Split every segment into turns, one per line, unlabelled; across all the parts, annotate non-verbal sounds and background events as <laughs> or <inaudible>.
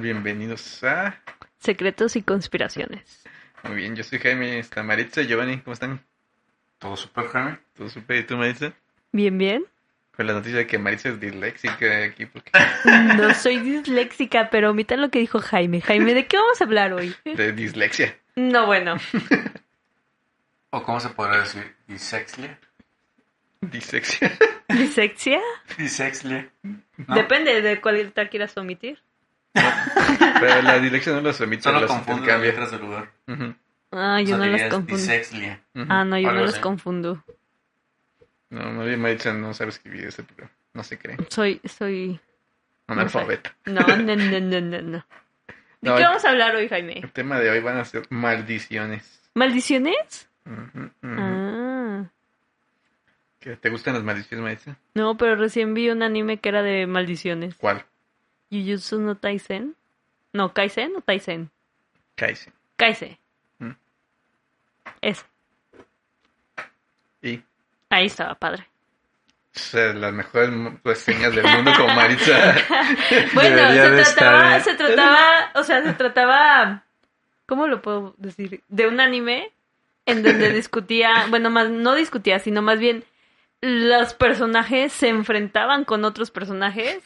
Bienvenidos a...
Secretos y conspiraciones.
Muy bien, yo soy Jaime, está Maritza, Giovanni, ¿cómo están?
Todo súper, Jaime.
¿Todo súper? ¿Y tú, Maritza?
¿Bien, bien?
Con la noticia de que Maritza es disléxica aquí
<laughs>
porque...
<laughs> No soy disléxica, pero omita lo que dijo Jaime. Jaime, ¿de qué vamos a hablar hoy?
de dislexia.
No, bueno.
¿O cómo se podría decir? <laughs> Disexlia.
Disexia.
<laughs>
¿Disexia?
Disexlia. ¿no?
Depende de cuál te quieras omitir.
Pero la dislexia no las omite,
Solo
las
confunde las
intercambia.
letras del lugar.
Ujú,
Ah,
O sea,
yo no las
dirías
confundo.
Disexlia.
ujú.
Ah, no, yo
Algo
no las
así.
confundo.
No, más bien Maritza no sabe escribir ese programa. No se cree.
Soy, soy...
Un
No
alfabeto.
<laughs> No, no, no, no, no, no. ¿De
No,
qué
el-
vamos a hablar hoy, Jaime?
El tema de hoy van a ser maldiciones.
¿Maldiciones?
Ujú, ujú.
Ah.
¿Qué- ¿Te gustan las maldiciones, Maritza?
No, pero recién vi un anime que era de maldiciones.
¿Cuál?
Jujutsu no Taisen. No, Kaisen o Taisen.
Kaisen.
Kaise.
Mm.
Es.
Y
Ahí estaba
<coughs>
padre.
o sea, las mejores mu- reseñas del mundo con
<laughs>
Maritza.
Bueno,
Debería de
se trataba,
estar,
se trataba, o sea, se trataba, ¿cómo lo puedo decir? De un anime
<coughs>
en donde discutía, bueno, más no discutía, sino más bien los personajes se enfrentaban con otros personajes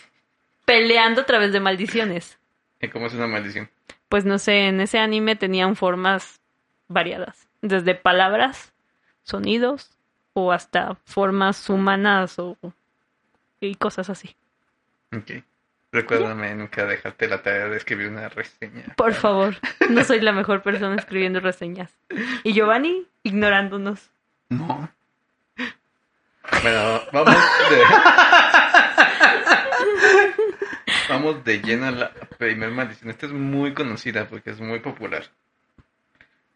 peleando a través de maldiciones.
¿Y ¿Cómo es una maldición?
Pues no sé, en ese anime tenían formas variadas, desde palabras, sonidos o hasta formas humanas o y cosas así.
Ok. Recuérdame nunca dejarte la tarea de escribir una reseña.
Por favor, no soy la mejor persona escribiendo reseñas. Y Giovanni, ignorándonos.
No.
<laughs> Bueno, vamos de... vamos de lleno a la primer maldición. Esta es muy conocida porque es muy popular.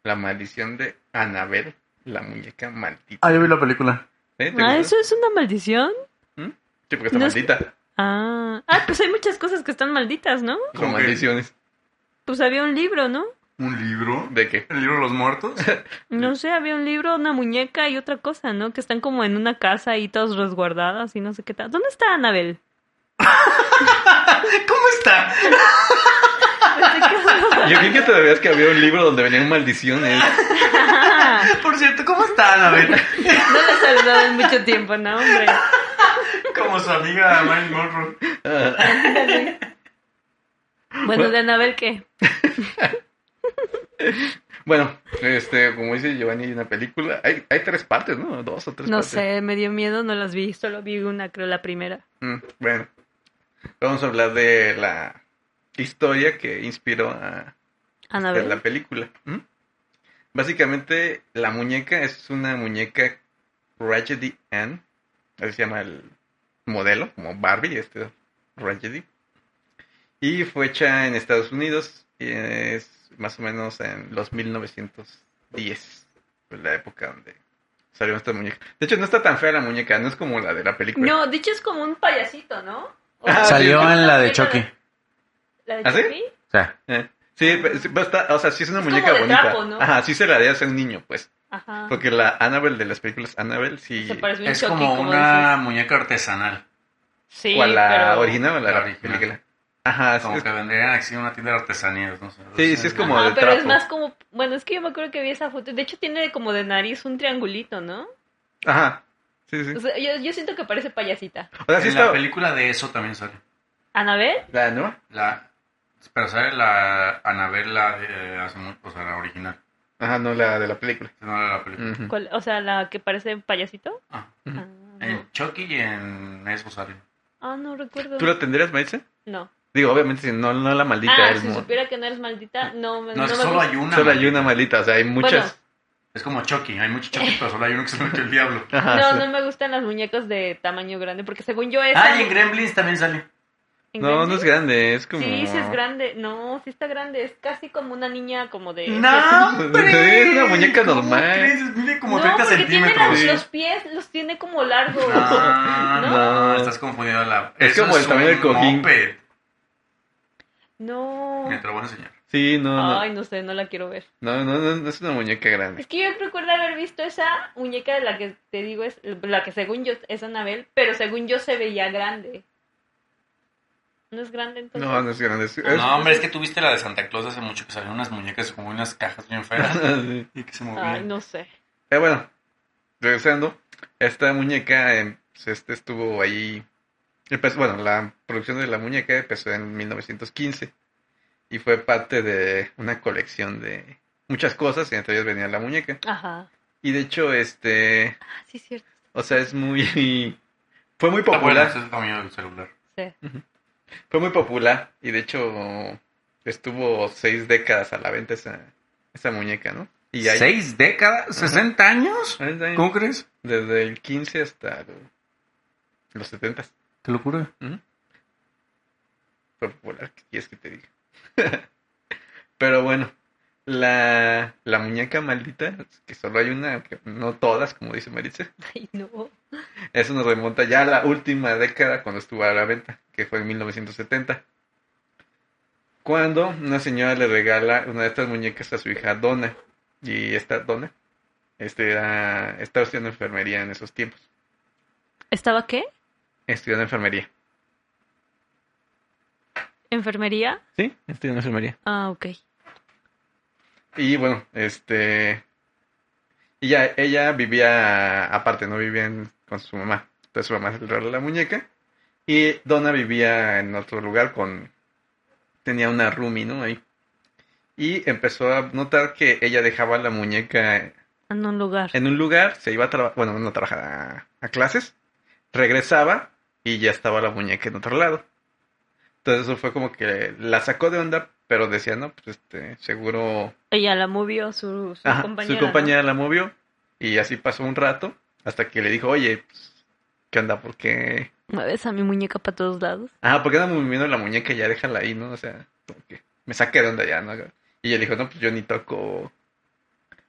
La maldición de Anabel, la muñeca maldita.
Ah, yo vi la película.
¿Eh? ¿Te
Ah,
gusta?
¿eso es una maldición?
Sí, porque está
no es-
maldita.
Ah. ah, pues hay muchas cosas que están malditas, ¿no?
Son
Ok.
maldiciones.
Pues había un libro, ¿no?
¿Un libro?
¿De qué?
¿El libro de los muertos?
No sé, había un libro, una muñeca y otra cosa, ¿no? Que están como en una casa y todas resguardadas y no sé qué tal. ¿Dónde está Anabel?
<laughs>
<laughs>
¿Cómo está?
Yo creo que te debías que había un libro donde venían maldiciones. <laughs>
no
Por cierto, ¿cómo está Anabel?
la he saludado en mucho tiempo, ¿no, hombre?
<laughs> Como su amiga Marilyn Monroe.
Ah,
Bueno, ¿de Anabel qué?
bueno, este, como dice Giovanni, hay una película. Hay, hay tres partes, ¿no? Dos o tres
No
partes.
sé, me dio miedo, no las vi. Solo vi una, creo, la primera.
Mm, Bueno, vamos a hablar de la historia que inspiró a, a
Anabel.
la película. ¿Mm? Básicamente, la muñeca es una muñeca Raggedy Ann, así se llama el modelo, como Barbie, este Raggedy. Y fue hecha en Estados Unidos, y es más o menos en los 1910, fue pues, la época donde salió esta muñeca. De hecho, no está tan fea la muñeca, no es como la de la película.
No, de hecho es como un payasito, ¿no? O-
Ah,
Salió
sí,
en la de Chucky. O
¿La de
¿Ah, sí?
Chucky?
sea,
Eh, Sí, pe- sí, pero está- o sea, sí es una
Es como
muñeca
de
bonita.
trapo, ¿no?
Ajá, sí se la haría a un niño, pues.
Ajá.
Porque la Annabelle de las películas Annabelle sí.
Se parece bien
es
Chucky,
como
dices.
una muñeca artesanal.
Sí,
¿Cuál, la
pero-
original o la,
La original.
película? Ajá, sí,
Como
es-
que vendrían aquí en una tienda de artesanías, no sé.
Sí, sí, es como-
Ajá,
de
Ah, pero es
trapo.
más como... Bueno, es que yo me acuerdo que vi esa foto. De hecho tiene como de nariz un triangulito, ¿no?
ajá. Sí, sí.
O sea, yo, yo siento que parece payasita.
O sea, sí
En la
está.
película de eso también sale.
¿Anabel?
La nueva.
La... Pero sale la Anabel, la, de hace mu- o sea, la original.
Ajá, no la de la película.
No era la
Mm.
película.
Ujú.
¿Cuál- O sea, la que parece payasito.
Ah,
Ujú.
Ah, no.
en Chucky y en eso sale.
Ah, no recuerdo.
Eh. ¿Tú la tendrías, Maritza?
No.
Digo, obviamente, si no, no la maldita.
ah,
el
si
mo-
supiera que no eres maldita, no, me-
No, es
no
que
me
solo
gusta.
hay una.
Solo hay
man.
una maldita, o sea, hay muchas.
Es como Chucky, hay muchos
Eh.
Chucky, pero solo hay uno que se lo metió el diablo.
Ajá,
no,
Ah, sí.
no me gustan las muñecas de tamaño grande, porque según yo es...
Ah, y en Gremlins también sale.
No, no es grande, es como.
Sí, sí es grande. No, sí está grande. Es casi como una niña como de...
hombre! Es una muñeca
¿Cómo
normal.
crees? Mide como
no,
30
porque
centímetros.
tiene los,
Sí.
los pies, los tiene como largos.
Ah,
¿No?
no, estás confundiendo la.
Es
eso
como el tamaño del
un
cojín.
moped.
No.
Mira, te lo voy a enseñar.
Sí, no, no.
Ay, no sé, no la quiero ver.
No, no, no, no es una muñeca grande.
Es que yo recuerdo haber visto esa muñeca de la que te digo es la que según yo es Anabel, pero según yo se veía grande. No es grande entonces.
No, no es grande. es- es-
No, hombre, es que tuviste la de Santa Claus hace mucho que salieron unas muñecas como unas cajas bien feas
<laughs>
<laughs>
Sí.
y que se movían.
Ay, no sé.
Eh, bueno, regresando, esta muñeca em, pues, este estuvo ahí. empezó- bueno, la producción de la muñeca empezó en 1915 y fue parte de una colección de muchas cosas y entre ellas venía la muñeca.
Ajá.
Y de hecho, este,
Ah, sí, es cierto.
o sea, es muy. <laughs> Fue muy
Está bueno,
popular.
ese es el tamaño del celular.
Sí.
Fue muy popular y de hecho estuvo seis décadas a la venta esa, esa muñeca, ¿no? Y ahí-
¿Seis décadas? ¿60 años? ¿Cómo crees?
Desde el 15 hasta el- los 70
Qué locura.
fue popular, ¿qué quieres que te diga? <laughs> Pero bueno, la, la muñeca maldita, que solo hay una, que no todas, como dice Maritza,
<laughs> Ay, no.
Eso nos remonta ya a la última década cuando estuvo a la venta, que fue en 1970. Cuando una señora le regala una de estas muñecas a su hija Donna. Y esta Donna este era, estaba estudiando enfermería en esos tiempos.
¿Estaba qué?
Estudiando enfermería.
¿Enfermería?
¿Sí? Estudiando enfermería.
Ah, ok.
Y bueno, este. Y ya, ella vivía aparte, no vivía en- con su mamá. Entonces su mamá se le regaló la muñeca. Y Donna vivía en otro lugar con. Tenía una roomie, ¿no? Ahí. Y empezó a notar que ella dejaba la muñeca
En un lugar.
en un lugar, se iba a trabajar, bueno, no a trabajar, a, a clases, regresaba y ya estaba la muñeca en otro lado. Entonces eso fue como que la sacó de onda, pero decía, no, pues este, seguro
Ella la movió su, su
Ajá,
compañera.
su
¿no?
compañera la movió y así pasó un rato hasta que le dijo, oye, pues, ¿qué onda? ¿Por qué?
Mueves a mi muñeca para todos lados.
Ah, ¿por qué andas moviendo la muñeca? Ya déjala ahí, ¿no? O sea, como que me saqué de onda ya, ¿no? Y ella dijo, no, pues yo ni toco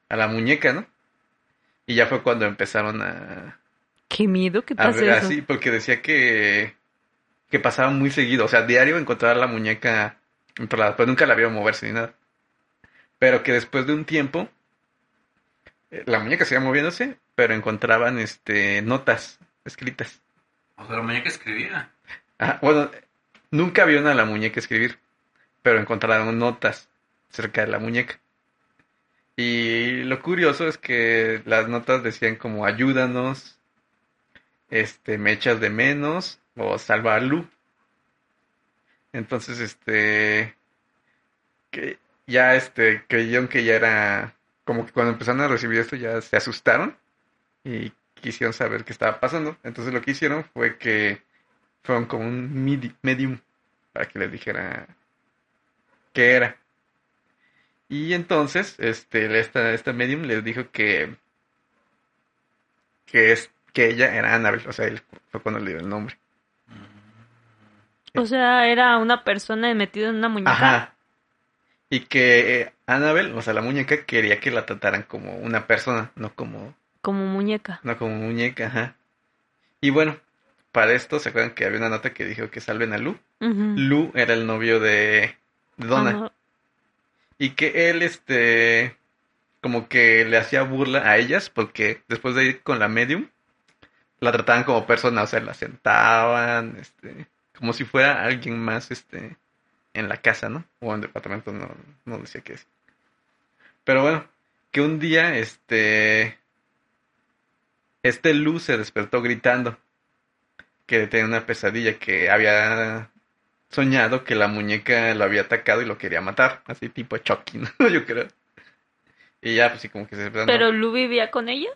a la muñeca, ¿no? Y ya fue cuando empezaron a,
Qué miedo que
a
pase
ver
eso.
así, porque decía que, que pasaba muy seguido, o sea, diario encontraba la muñeca controlada, pero nunca la vio moverse ni nada. Pero que después de un tiempo, eh, la muñeca seguía moviéndose, pero encontraban este notas escritas.
O sea, la muñeca escribía.
Ajá, bueno, nunca vieron a la muñeca escribir, pero encontraron notas cerca de la muñeca. Y lo curioso es que las notas decían como ayúdanos, este, me echas de menos o salva a Lu. Entonces, este, que ya este, creyeron que ya era, como que cuando empezaron a recibir esto ya se asustaron y quisieron saber qué estaba pasando. Entonces lo que hicieron fue que fueron como un midi- medium para que les dijera qué era. Y entonces, este, esta, esta medium les dijo que que es que ella era Annabel, o sea, él fue cuando le dio el nombre.
O sea, era una persona metida en una muñeca.
Ajá. Y que eh, Annabel, o sea, la muñeca quería que la trataran como una persona, no como
Como muñeca.
No, como muñeca, ajá. Y bueno, para esto, ¿se acuerdan que había una nota que dijo que salven a Lu?
Ujú.
Lu era el novio de, de Donna.
Ajá.
Y que él, este, como que le hacía burla a ellas porque después de ir con la medium, la trataban como persona, o sea, la sentaban, este, como si fuera alguien más, este, en la casa, ¿no? O en el departamento, no, no decía qué es. Pero bueno, que un día, este, este Lu se despertó gritando que tenía una pesadilla, que había soñado que la muñeca lo había atacado y lo quería matar, así tipo Chucky, ¿no? <laughs> Yo creo. Y ya, pues sí, como que se despertó.
Pero Lu vivía con ella.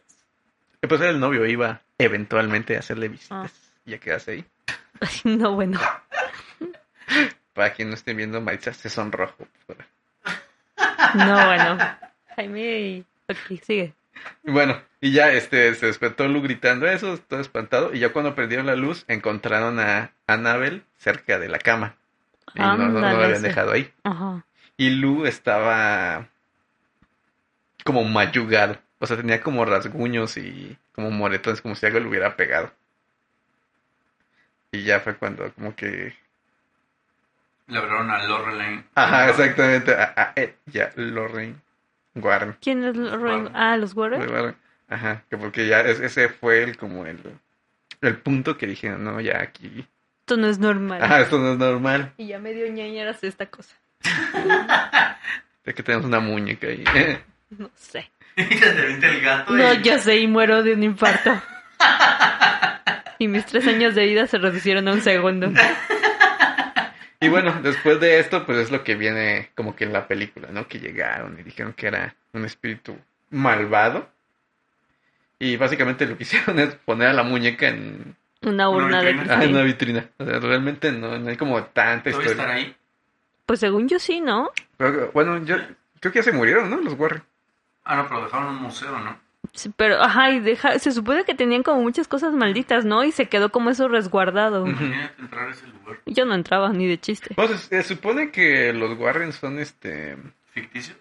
Eh, Pues era el novio, iba eventualmente a hacerle visitas.
Ah. <laughs>
Y Ya quedas ahí.
Ay, no, bueno.
Para quien no esté viendo, Maritza este se sonrojo.
No, bueno. Jaime. Ok, sigue.
Bueno, y ya este se despertó Lu gritando eso, todo espantado. Y ya cuando perdieron la luz, encontraron a Annabel cerca de la cama. Y no, no- no la
Ándale,
habían
sí.
dejado ahí.
Ajá.
Y Lu estaba como mayugado. O sea, tenía como rasguños y como moretones, como si algo le hubiera pegado. Y ya fue cuando como que
Le hablaron a Lorelei. <laughs>
Ajá, exactamente. A, a ella, Lorraine Warren.
¿Quién es
Los
Roy-
Warren.
Ah, los Warren.
Warren. Ajá, que porque ya es- ese fue el como el, el punto que dije, no, ya aquí
esto no es normal.
Ah, esto no es normal.
Y ya me dio ñañeras esta cosa.
Es que tenemos una muñeca ahí. <laughs>
No sé.
Y se te avienta el gato.
No,
y-
ya sé, y muero de un infarto. <laughs> Y mis tres años de vida se reducieron a un segundo.
Y bueno, después de esto, pues es lo que viene como que en la película, ¿no? Que llegaron y dijeron que era un espíritu malvado. Y básicamente lo que <laughs> hicieron es poner a la muñeca en,
Una urna de
vitrina.
ah, en una
cristal.
vitrina. O sea, realmente no, no hay como tanta
¿Tú estar
historia.
ahí?
Pues según yo sí, ¿no?
Pero, bueno, yo creo que ya se murieron, ¿no? Los Warren.
Ah, no, pero dejaron un museo, ¿no?
Sí, Pero, ajá, y deja, se supone que tenían como muchas cosas malditas, ¿no? Y se quedó como eso resguardado.
Ujú.
Imagínate entrar a ese lugar.
Yo no entraba ni de chiste.
No, Pues, se, se supone que los Warren son este.
¿Ficticios?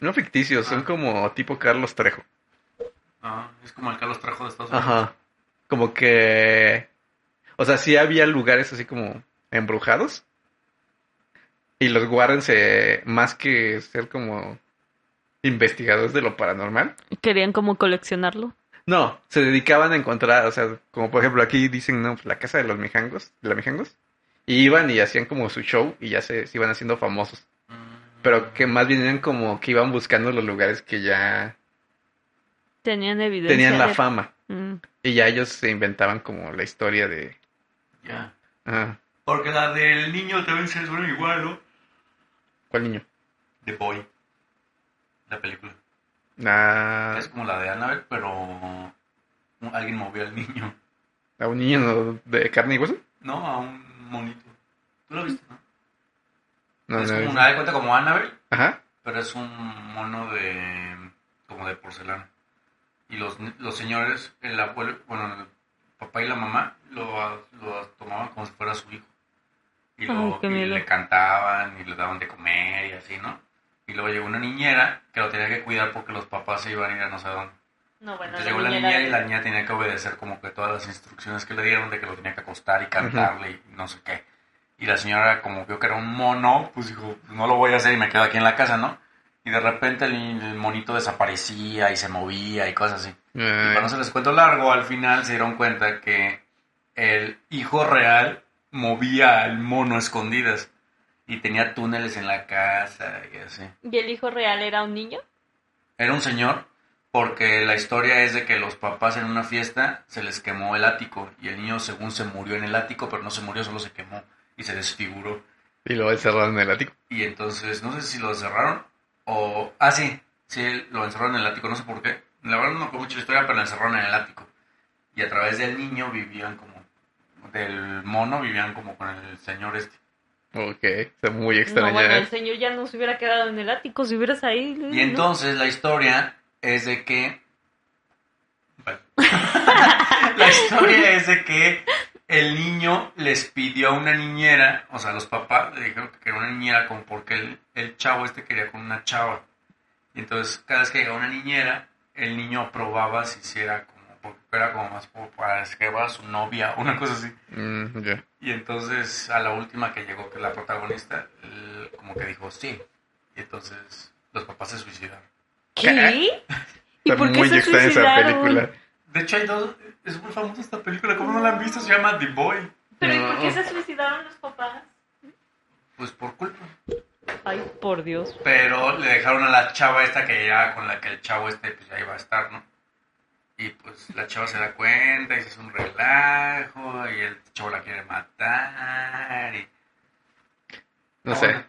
No ficticios, son
Ah.
como tipo Carlos Trejo.
Ah, es como el Carlos Trajo de Estados Unidos.
Ajá. Como que. O sea, sí había lugares así como embrujados. Y los Warren se. Más que ser como. Investigadores de lo paranormal.
Querían como coleccionarlo.
No, se dedicaban a encontrar. O sea, como por ejemplo aquí dicen, no, la casa de los Mijangos. De la Mijangos. Y iban y hacían como su show y ya se, se iban haciendo famosos.
Mm.
Pero que más bien eran como que iban buscando los lugares que ya
Tenían evidencia.
tenían la
de-
fama.
Mm.
Y ya ellos se inventaban como la historia de.
Ya.
Ah,
Porque la del niño también se suena igual, ¿no?
¿cuál niño?
The Boy. La película.
Ah,
Es como la de Annabelle, pero alguien movió al niño.
a un niño de carne y hueso.
No, a un monito. ¿Tú lo viste, no?
No,
es
no,
como
es-
una de cuenta como Annabelle,
Ajá.
pero es un mono de como de porcelana. Y los, ni- los señores, el abuelo, bueno, el papá y la mamá lo, a- lo tomaban como si fuera su hijo. Y,
Ay,
lo-
qué
y
miedo.
le cantaban y le daban de comer y así, ¿no? Y luego llegó una niñera que lo tenía que cuidar porque los papás se iban a ir a no sé dónde.
No, bueno,
Entonces
la
llegó la
niñera-
niñera y la niña tenía que obedecer como que todas las instrucciones que le dieron de que lo tenía que acostar y cantarle y no sé qué. Y la señora como vio que era un mono, pues dijo, no lo voy a hacer y me quedo aquí en la casa, ¿no? Y de repente el, el monito desaparecía y se movía y cosas así. Y para no
Ay,
se les cuento largo, al final se dieron cuenta que el hijo real movía al mono a escondidas. Y tenía túneles en la casa y así.
¿Y el hijo real era un niño?
Era un señor, porque la historia es de que los papás en una fiesta se les quemó el ático y el niño según se murió en el ático, pero no se murió, solo se quemó y se desfiguró.
Y luego encerraron en el ático.
Y entonces, no sé si lo encerraron o... Ah, sí, sí, lo encerraron en el ático, no sé por qué. La verdad no conozco mucho la historia, pero lo encerraron en el ático. Y a través del niño vivían como... Del mono vivían como con el señor este.
Ok, está muy ¿eh?
No, bueno,
extraña.
el señor ya no se hubiera quedado en el ático, si hubieras ahí. ¿no?
Y entonces la historia es de que. Bueno. la historia es de que el niño les pidió a una niñera, o sea, los papás le dijeron que quería una niñera, como porque el, el chavo este quería con una chava. Y entonces, cada vez que llegaba una niñera, el niño probaba si sí era como, porque era como más como para que fuera su novia, una cosa así.
Mm, ya.
Y entonces a la última que llegó, que la protagonista, l- como que dijo sí. Y entonces los papás se suicidaron.
¿Qué? ¿Y
Está
por qué
muy
se
extraña esa
suicidaron?
película.
De hecho, hay dos. Es muy famosa esta película. ¿Cómo no la han visto? Se llama The Boy.
¿Pero y por qué
No.
se suicidaron los papás?
Pues por culpa.
Ay, por Dios.
Pero le dejaron a la chava esta que ya con la que el chavo este pues ya iba a estar, ¿no? Y pues la chava se da cuenta y se hace un relajo y el chavo la quiere matar. y-
No
Está
sé.
buena.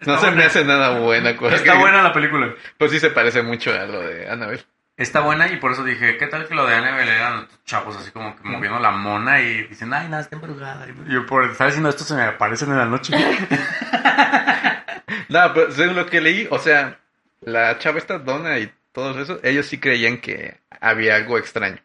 No
Ah, Está
se me
buena.
hace nada buena. cosa
<laughs>
<laughs>
Está
que-
buena la película.
Pues sí se parece mucho a lo de Annabelle.
Está buena y por eso dije, ¿qué tal que lo de Annabelle eran los chavos así como que moviendo la mona y dicen, ay, nada, está embrujada? Y yo por estar diciendo esto se me aparecen en la noche. <laughs>
No, pero según lo que leí, o sea, la chava esta dona y todos esos, ellos sí creían que había algo extraño.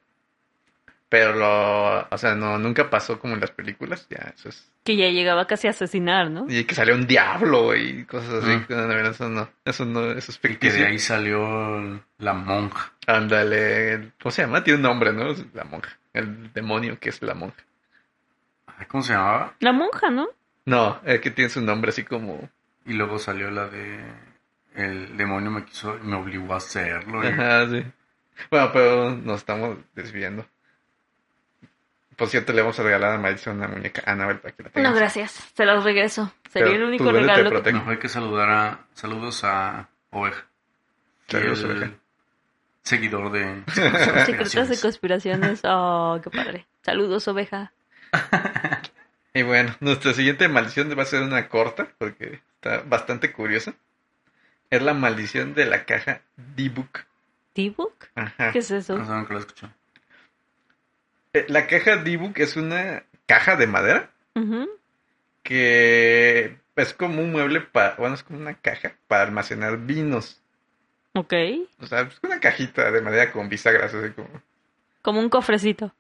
Pero lo, o sea, no, nunca pasó como en las películas, ya, eso es.
Que ya llegaba casi a asesinar, ¿no?
Y que salió un diablo y cosas así.
Ah.
No, no, eso no, eso no, eso es
y que de
ficticio.
ahí salió la monja.
Ándale, el- ¿cómo se llama? Tiene un nombre, ¿no? Es La monja. El demonio que es la monja.
Ay, ¿Cómo se llamaba?
La monja, ¿no?
No, es que tiene su nombre así como.
Y luego salió la de... El demonio me quiso y me obligó a hacerlo. y-
Ajá, sí. Bueno, pero nos estamos desviando. por cierto, le vamos a regalar a Maritza una muñeca Annabelle para que la tenga.
No, gracias. Se los regreso.
Pero
Sería el
tu
único
duende te
regalo. que-
protege.
No, hay que saludar a. Saludos a Oveja. que
Saludos,
el
Oveja.
Seguidor de.
Ah,
Secretos de
<laughs>
conspiraciones. Oh, qué padre. Saludos, oveja.
Y bueno, nuestra siguiente maldición va a ser una corta, porque está bastante curiosa. Es la maldición de la caja D-Book.
¿T-Book?
Ah, Ajá.
¿Qué es eso?
No saben que lo escuchó.
Eh, La caja D-Book es una caja de madera
Ujú.
que es como un mueble para, bueno, es como una caja para almacenar vinos.
Ok.
O sea, es una cajita de madera con bisagras, así como,
Como un cofrecito.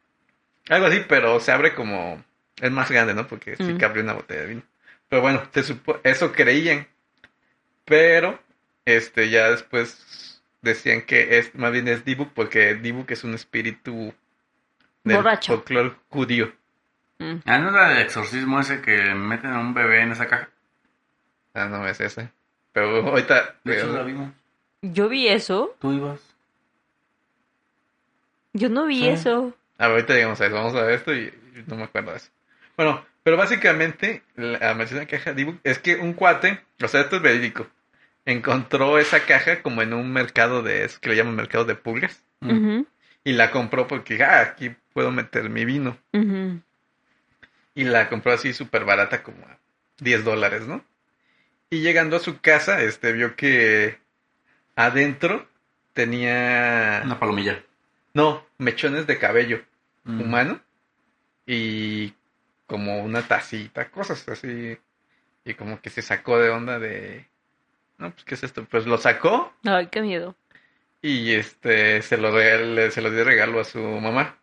algo así, pero se abre como, es más grande, ¿no? Porque sí
Mm.
que abre una botella de vino. Pero bueno, te supo- eso creían. Pero, este, ya después decían que es, más bien es Dibuk, porque Dibuk es un espíritu del
Borracho.
folclore judío.
Mm.
Ah, no era el exorcismo ese que meten a un bebé en esa caja.
Ah, no, es ese. Pero ahorita,
De hecho,
pero-
la vimos.
Yo vi eso.
Tú ibas.
Yo no vi
Sí.
eso.
A ver, Ah, ahorita llegamos a eso, vamos a ver esto y y no me acuerdo de eso. Bueno, pero básicamente la maldición de la caja Dibu es que un cuate, o sea, esto es verídico, encontró esa caja como en un mercado de, es que le llaman mercado de pulgas,
Mm.
Ujú,
y la compró porque, ah, aquí puedo meter mi vino.
ujú.
Y la compró así súper barata, como a 10 dólares, ¿no? Y llegando a su casa, este, vio que adentro tenía,
Una palomilla.
no, mechones de cabello.
Mm.
humano y como una tacita, cosas así. Y como que se sacó de onda de, no, pues, ¿qué es esto? Pues lo sacó
Ay, qué miedo.
y este se lo, re- le- se lo dio regalo a su mamá.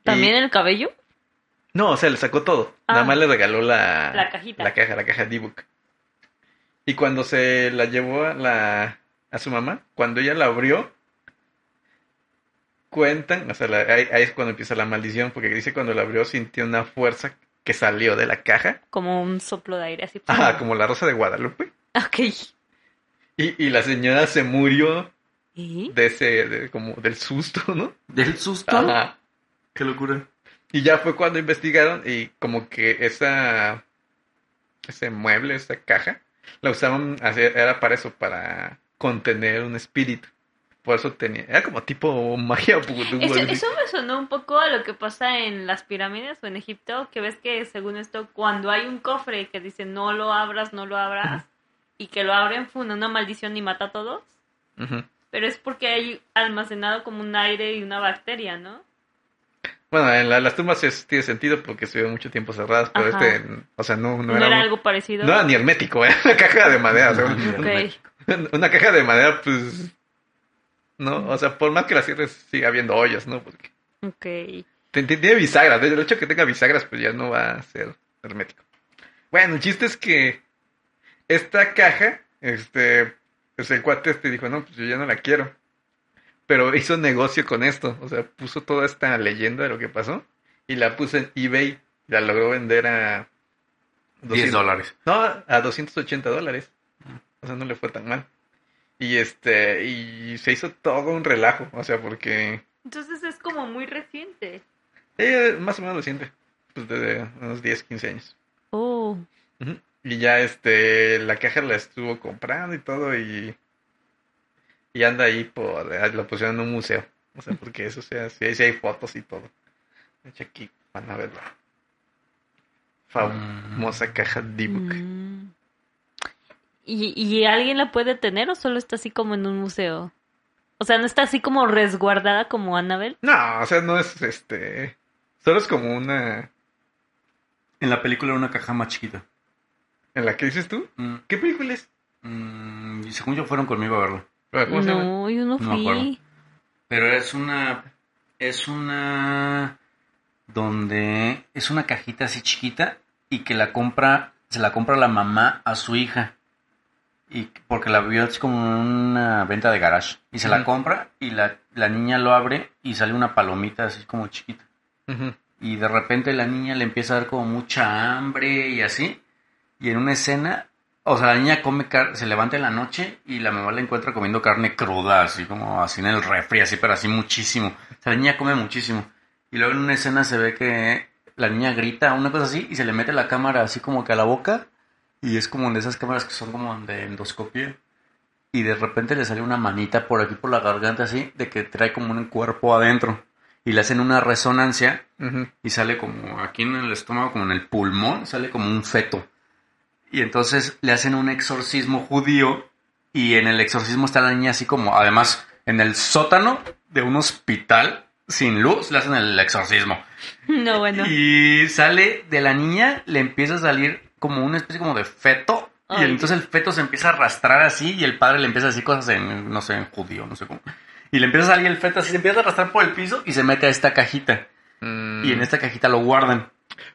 Y-
¿También el cabello?
No, o sea, le sacó todo.
Ah.
Nada más le regaló la,
La cajita.
La caja, la caja D-Book. Y cuando se la llevó a, la, a su mamá, cuando ella la abrió, cuentan, o sea, la- ahí, ahí es cuando empieza la maldición, porque dice cuando la abrió sintió una fuerza que salió de la caja,
Como un soplo de aire así.
ah, como la rosa de Guadalupe.
Ok.
Y, y la señora se murió
¿Y?
de ese, de- como del susto, ¿no?
Del susto.
Ajá.
Qué locura.
Y ya fue cuando investigaron y como que esa ese mueble, esa caja, la usaban, así- era para eso, para contener un espíritu. Por eso tenía, era como tipo magia vudú. algo
Eso,
así.
eso me sonó un poco a lo que pasa en las pirámides o en Egipto, que ves que según esto, cuando hay un cofre que dice no lo abras, no lo abras, y que lo abren, fue una maldición y mata a todos,
Ujú.
pero es porque hay almacenado como un aire y una bacteria, ¿no?
Bueno, en la- las tumbas es- tiene sentido porque estuvieron mucho tiempo cerradas, pero
Ajá.
este, o sea, no, no
No,
era,
era,
un-
algo parecido.
no era ni hermético, <laughs> era una caja de madera. o sea,
Ajá.
<laughs> Ok.
una caja de madera, pues, no, o sea, por más que la cierres, sigue habiendo hoyos, ¿no? Porque
Ok.
Te- te- Tiene bisagras, del hecho que tenga bisagras, pues ya no va a ser hermético. Bueno, el chiste es que esta caja, este, pues el cuate este dijo, no, pues yo ya no la quiero. Pero hizo negocio con esto, o sea, puso toda esta leyenda de lo que pasó y la puso en eBay. La logró vender a
10
200
dólares.
no, a 280 dólares. O sea, no le fue tan mal. Y este, y se hizo todo un relajo, o sea, porque
Entonces es como muy reciente.
eh, más o menos lo siente. Pues desde unos 10, 15 años.
Oh.
Ujú. Y ya este, la caja la estuvo comprando y todo y, y anda ahí por, la pusieron en un museo. O sea, porque eso, o sea, sí, hay- sí hay fotos y todo. De hecho, aquí van a verla.
Mm.
Famosa caja D-Book.
Mm. ¿Y, ¿Y alguien la puede tener o solo está así como en un museo? O sea, no está así como resguardada como Annabelle.
No, o sea, no es este, solo es como una,
En la película era una caja más chiquita.
¿en la que dices tú?
Mm,
¿Qué película es?
mm, y según yo fueron conmigo a verlo.
Pero, ¿Cómo se llama?
No, yo no
No me
fui.
acuerdo. Pero es una. Es una. Donde. Es una cajita así chiquita. Y que la compra. Se la compra la mamá a su hija. Y porque la vio así como en una venta de garage. Y se la
Ujú.
compra. Y la, la niña lo abre. Y sale una palomita así como chiquita.
Ujú.
Y de repente la niña le empieza a dar como mucha hambre y así. Y en una escena, o sea, la niña come car- se levanta en la noche y la mamá la encuentra comiendo carne cruda, así como así en el refri, así, pero así muchísimo. O sea, la niña come muchísimo. Y luego en una escena se ve que la niña grita, una cosa así, y se le mete la cámara así como que a la boca. Y es como de esas cámaras que son como de endoscopia. Y de repente le sale una manita por aquí, por la garganta, así, de que trae como un cuerpo adentro. Y le hacen una resonancia
Ujú.
y sale como aquí en el estómago, como en el pulmón, sale como un feto. Y entonces le hacen un exorcismo judío y en el exorcismo está la niña así como, además, en el sótano de un hospital sin luz, le hacen el exorcismo.
<laughs>
<laughs>
No, bueno.
Y sale de la niña, le empieza a salir como una especie como de feto. Y
Ay.
entonces el feto se empieza a arrastrar así y el padre le empieza a decir cosas en, no sé, en judío, no sé cómo. Y le empieza a salir el feto así, se empieza a arrastrar por el piso y se mete a esta cajita.
Mm.
Y en esta cajita lo guardan.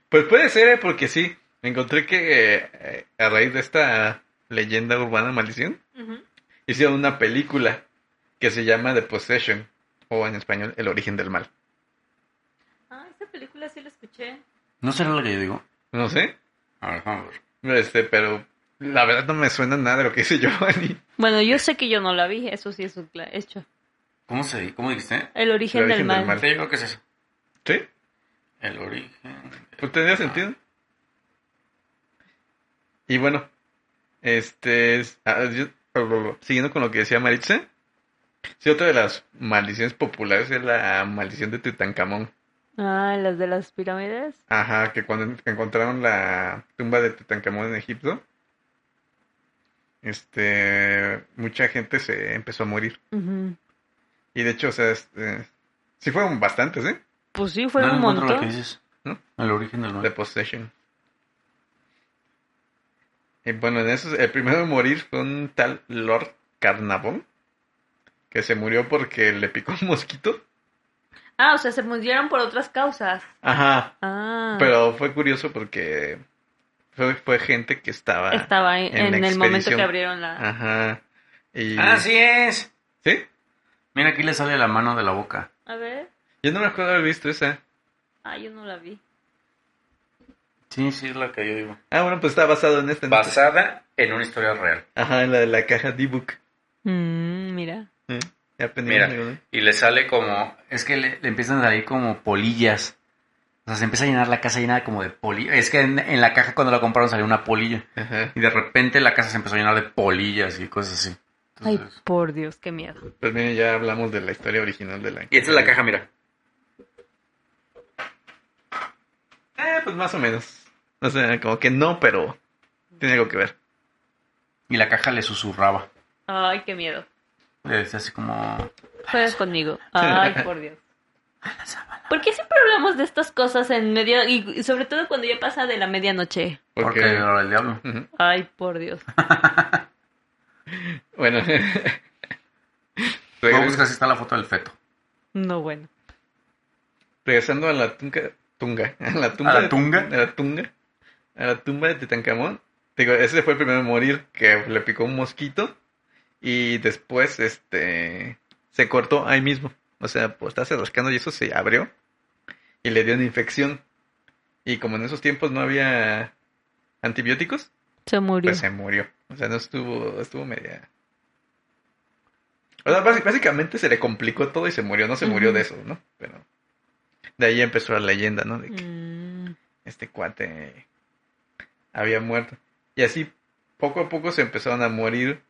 Pues puede ser, ¿eh? porque sí. Encontré que eh, eh, a raíz de esta leyenda urbana maldición,
Ujú.
hicieron una película que se llama The Possession, o en español, El origen del mal.
Ah, esta película sí la escuché.
¿No será lo que yo digo?
No sé,
A ver, vamos a ver.
este, pero la verdad no me suena nada de lo que dice <laughs> Giovanni.
Bueno, yo sé que yo no la vi, eso sí es un cla- hecho.
¿Cómo se dice? ¿Cómo dijiste?
El origen,
El origen
del,
del
mal.
mal.
Yo creo que es eso.
¿Sí?
El origen.
Pues tendría sentido. Y bueno, este, es- ah, yo- siguiendo con lo que decía Maritza, sí, otra de las maldiciones populares es la maldición de Tutankamón.
Ah, las de las pirámides.
Ajá, que cuando en- encontraron la tumba de Tutankamón en Egipto, este, mucha gente se empezó a morir.
Ujú.
Y de hecho, o sea, este, sí fueron bastantes, ¿eh?
Pues sí, fue un
encuentro
montón.
lo que dices.
¿No?
El origen del
The
mal.
Possession. Y bueno, en esos, el primero en morir fue un tal Lord Carnavon, que se murió porque le picó un mosquito.
Ah, o sea, se murieron por otras causas.
Ajá.
Ah,
Pero fue curioso porque fue, fue gente que estaba...
estaba en,
ah, en
en el momento
expedición. Ah.
que abrieron la...
Ajá. Y...
Así es.
¿Sí?
Mira, aquí le sale la mano de la boca.
A ver,
Yo no me acuerdo haber visto esa.
ah, yo no la vi.
Sí, sí, es la que yo digo.
Ah, bueno, pues está basado en esta. ¿no?
Basada en una historia real.
Ajá, en la de la caja D-Book.
Mm, mira.
¿Eh? Ya aprendimos
Mira.
algo, ¿no?
Y le sale como... Es que le, le empiezan a salir como polillas. O sea, se empieza a llenar la casa llena como de polillas. Es que en, en la caja cuando la compraron salió una polilla.
Ajá.
Y de repente la casa se empezó a llenar de polillas y cosas así.
Ay,
Entonces-
por Dios, qué miedo.
Pues miren, ya hablamos de la historia original de la
Y esta es la caja, mira.
Eh, pues más o menos. O sea, como que no, pero tiene algo que ver.
Y la caja le susurraba.
Ay, qué miedo.
Le decía así como...
Juegas conmigo. Ay, por Dios. ¿Por qué siempre hablamos de estas cosas en medio y y sobre todo cuando ya pasa de la medianoche?
Porque,
Porque era el diablo.
Ujú.
Ay, por Dios.
bueno. <laughs>
Voy a
Regres-
buscar si está la foto del feto.
No, bueno.
regresando a la tunga, tunga, <laughs> a la tumba,
¿A la
de-
tunga?
a la tunga, a la tumba de Tutankamón. Te Digo, ese fue el primero en morir, que le picó un mosquito y después, este, se cortó ahí mismo. O sea, pues estaba rascando y eso se abrió y le dio una infección. Y como en esos tiempos no había antibióticos,
Se murió.
pues se murió. O sea, no estuvo, estuvo media. O sea, basi- básicamente se le complicó todo y se murió. No se murió de
Ujú.
eso, ¿no? Pero de ahí empezó la leyenda, ¿no? De que
Mm,
este cuate había muerto. Y así, poco a poco se empezaron a morir.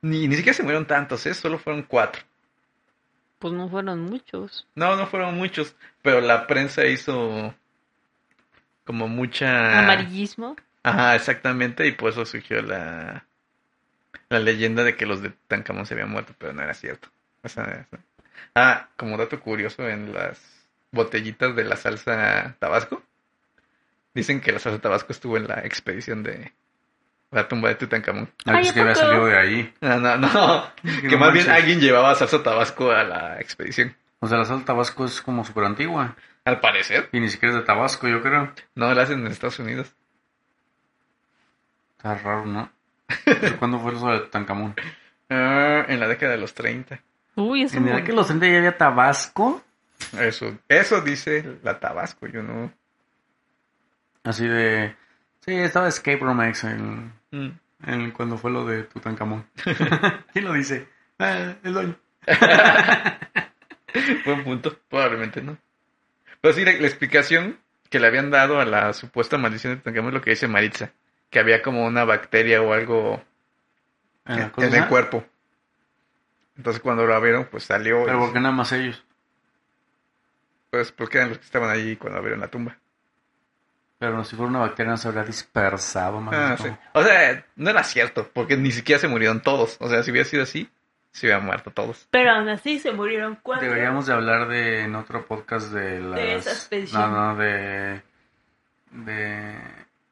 Ni, ni siquiera se murieron tantos, ¿eh? Solo fueron cuatro.
pues no fueron muchos.
No, no fueron muchos, pero la prensa hizo como mucha...
Amarillismo.
Ajá, exactamente, y por eso surgió la, la leyenda de que los de Tutankamón se habían muerto, pero no era cierto. O sea, es- Ah, como dato curioso, en las botellitas de la salsa Tabasco, dicen que la salsa Tabasco estuvo en la expedición de la tumba de Tutankamón. <laughs>
Ah,
Ay,
pues
¿a
que había
poco?
salido de ahí.
No, no, no, que
No
más bien
manches.
alguien llevaba salsa Tabasco a la expedición.
O sea, la sal de Tabasco es como súper antigua.
Al parecer,
Y ni siquiera es de Tabasco, yo creo.
no la hacen en Estados Unidos.
Está raro, ¿no? ¿Pero ¿Cuándo fue eso de Tutankamón?
Ah, en la década de los 30.
Uy, es un
¿En la
buen-
que los 30 ya había Tabasco?
Eso, eso dice la Tabasco, yo no.
Así de... Sí, estaba Escape Room X en,
Mm.
en cuando fue lo de Tutankamón. ¿Quién lo dice? Ah, el dueño.
Buen punto, probablemente no. Pero sí, la, la explicación que le habían dado a la supuesta maldición de Tutankamón es lo que dice Maritza. Que había como una bacteria o algo
En, la
en
columna.
el cuerpo. Entonces cuando lo abrieron, pues salió.
Pero
y-
porque nada más ellos.
Pues porque eran los que estaban ahí cuando abrieron la tumba.
Pero si fuera una bacteria no se habría dispersado, man.
Ah, sí. O sea, no era cierto, porque ni siquiera se murieron todos. O sea, si hubiera sido así, se hubieran muerto todos.
Pero aún así se murieron cuatro.
Deberíamos de hablar de en otro podcast de las
esas peticiones.
no, no, de de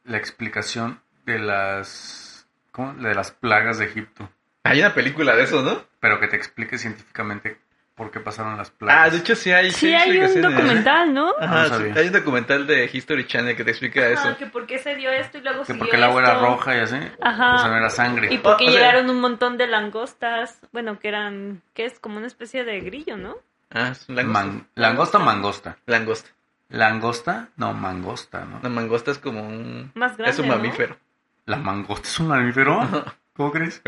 la explicación de las ¿cómo? de las plagas de Egipto,
Hay una película de eso, ¿no?
pero que te explique científicamente por qué pasaron las
Ah,
plagas.
de hecho sí hay.
Sí, hay un
explicaciones.
documental, ¿no?
¿eh? Ajá,
No sabía.
sí, hay un documental de History Channel que te explica
Ah,
eso.
que por qué se dio esto y luego
que
siguió
porque el agua era
esto.
roja Pues, y así,
Ajá.
o sea, no era sangre.
Y porque
o sea-
llegaron un montón de langostas, bueno, que eran, que es como una especie de grillo, ¿no?
Ah, es un langosta.
Man- langosta, mangosta.
Langosta.
Langosta, no, mangosta, ¿no?
La mangosta es como un.
Más grande,
es un
¿no? Oh,
mamífero.
La mangosta es un mamífero.
Ajá.
¿Cómo crees?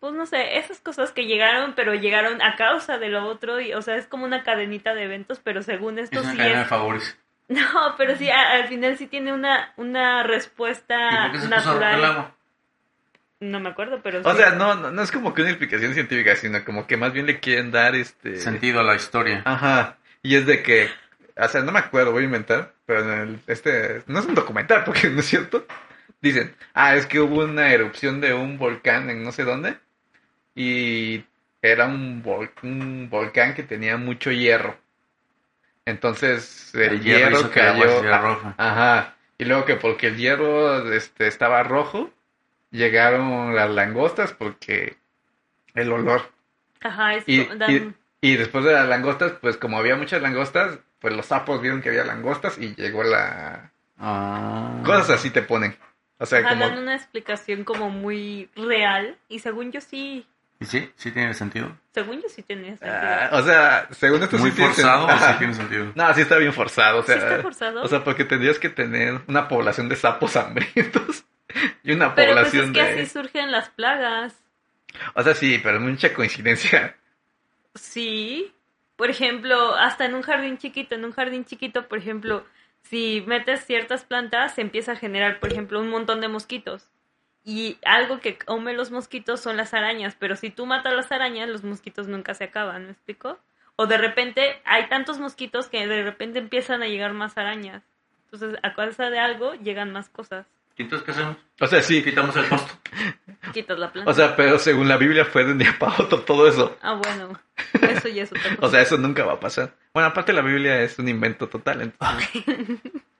Pues no sé, esas cosas que llegaron, pero llegaron a causa de lo otro, y, o sea, es como una cadenita de eventos, pero según esto
Es una
sí
cadena de
es... <laughs>
favores.
No, pero sí, a- al final sí tiene una, una
¿Y
respuesta
por qué se puso rojo el
natural.
agua?
No me acuerdo, pero
<laughs> O
sí.
sea, no, no, no es como que una explicación científica, sino como que más bien le quieren dar este.
Sentido a la historia.
Ajá. Y es de que, o sea, no me acuerdo, voy a inventar, pero en el, este, no es un documental, <laughs> porque no es cierto. Dicen, ah, es que hubo una erupción de un volcán en no sé dónde. Y era un, vol- un volcán que tenía mucho hierro. Entonces el,
El hierro
hierro,
hizo que el agua
cayó.
se hiciera
a-
roja.
Ajá. Y luego que porque el hierro este, estaba rojo, llegaron las langostas porque el olor.
Ajá, es
Y,
como- dan-
y- y después de las langostas, pues como había muchas langostas, pues los sapos vieron que había langostas y llegó la...
Ah.
Cosas así te ponen. O sea,
ajá,
como...
dan una explicación como muy real, y según yo sí,
¿Y sí? ¿Sí tiene sentido?
según yo sí tenía sentido.
ah, o sea, según esto
¿Muy
sí tiene
forzado
sen-
o sí
Ajá.
tiene sentido?
No, sí está bien forzado. O
¿Sí
sea,
está forzado?
o sea, porque tendrías que tener una población de sapos <laughs> hambrientos y una
pero pues es
población
que
de...
así surgen las plagas.
O sea, sí, pero mucha coincidencia.
Sí. Por ejemplo, hasta en un jardín chiquito, en un jardín chiquito, por ejemplo, si metes ciertas plantas, se empieza a generar, por ejemplo, un montón de mosquitos. Y algo que come los mosquitos son las arañas, pero si tú matas las arañas, los mosquitos nunca se acaban, ¿me explico? O de repente hay tantos mosquitos que de repente empiezan a llegar más arañas. Entonces, a causa de algo llegan más cosas.
<laughs> ¿Y entonces qué hacemos?
O sea, sí.
Quitamos el costo.
Quitas la planta.
O sea, pero según la Biblia fue de un día para otro todo eso.
ah, bueno. Eso ya es otra
<laughs>
cosa.
O sea, eso nunca va a pasar. Bueno, aparte la Biblia es un invento total. Entonces,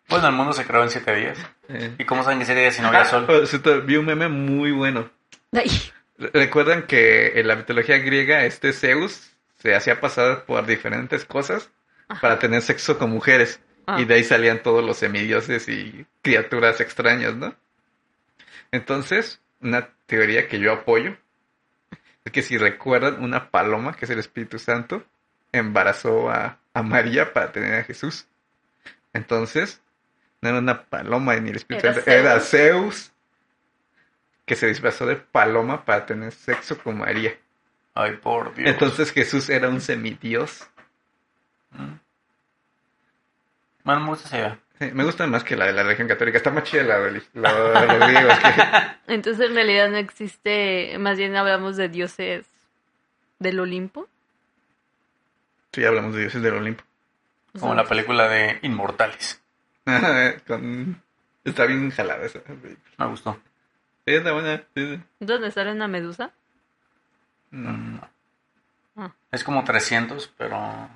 Bueno, el mundo se creó en siete días.
eh.
¿Y cómo saben que siete días si no
Ah,
había sol?
por cierto, vi un meme muy bueno.
Ay.
Re- Recuerdan que en la mitología griega, este Zeus se hacía pasar por diferentes cosas para tener sexo con mujeres.
Ah.
Y de ahí salían todos los semidioses y criaturas extrañas, ¿no? Entonces, una teoría que yo apoyo es que si recuerdan, una paloma, que es el Espíritu Santo, embarazó a, a María para tener a Jesús. Entonces, no era una paloma ni el Espíritu
Era
Santo, era Zeus que se disfrazó de paloma para tener sexo con María.
Ay, por Dios.
Entonces Jesús era un semidios.
Mm. Man, me gusta esa idea.
Sí, me gusta más que la de la religión católica. Está más chida la de la de los griegos. que-
Entonces en realidad no existe, más bien hablamos de dioses del Olimpo.
Sí, hablamos de dioses del Olimpo. <laughs>
O
Como
sea,
la película de Inmortales.
Con- Está bien jalada esa. Sí,
Me gustó.
Es la buena. sí, sí.
¿Dónde sale una medusa?
No.
Mm, no.
Ah.
Es como 300, pero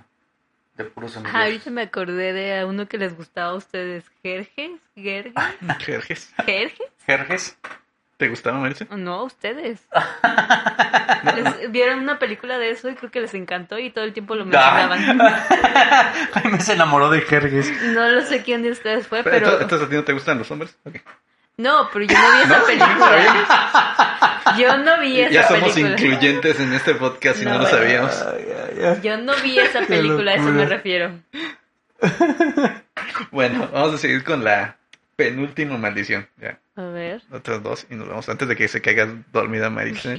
de puros
Ajá, Ah, ahorita
sonidos.
me acordé de uno que les gustaba a ustedes, Jerjes, Gerges,
Jerjes.
Jerjes,
¿Jerjes? <laughs>
¿Te gustaba, Marisa?
no, ustedes. Les- vieron una película de eso y creo que les encantó y todo el tiempo lo mencionaban.
Ay. Jaime se enamoró de Jerjes.
No lo sé quién de ustedes fue,
Pero...
pero
Entonces a ti no te gustan los hombres. Ok.
no, pero yo no vi esa película. <laughs> Yo
<laughs>
no vi esa
Ya somos
película.
incluyentes en este podcast y no,
No,
lo
bueno.
sabíamos.
Ay, ay, ay.
Yo no vi esa película, a eso me
locura.
refiero.
Bueno, vamos a seguir con la penúltima maldición. Ya,
A ver.
otras dos y nos vamos antes de que se caiga dormida Marisa.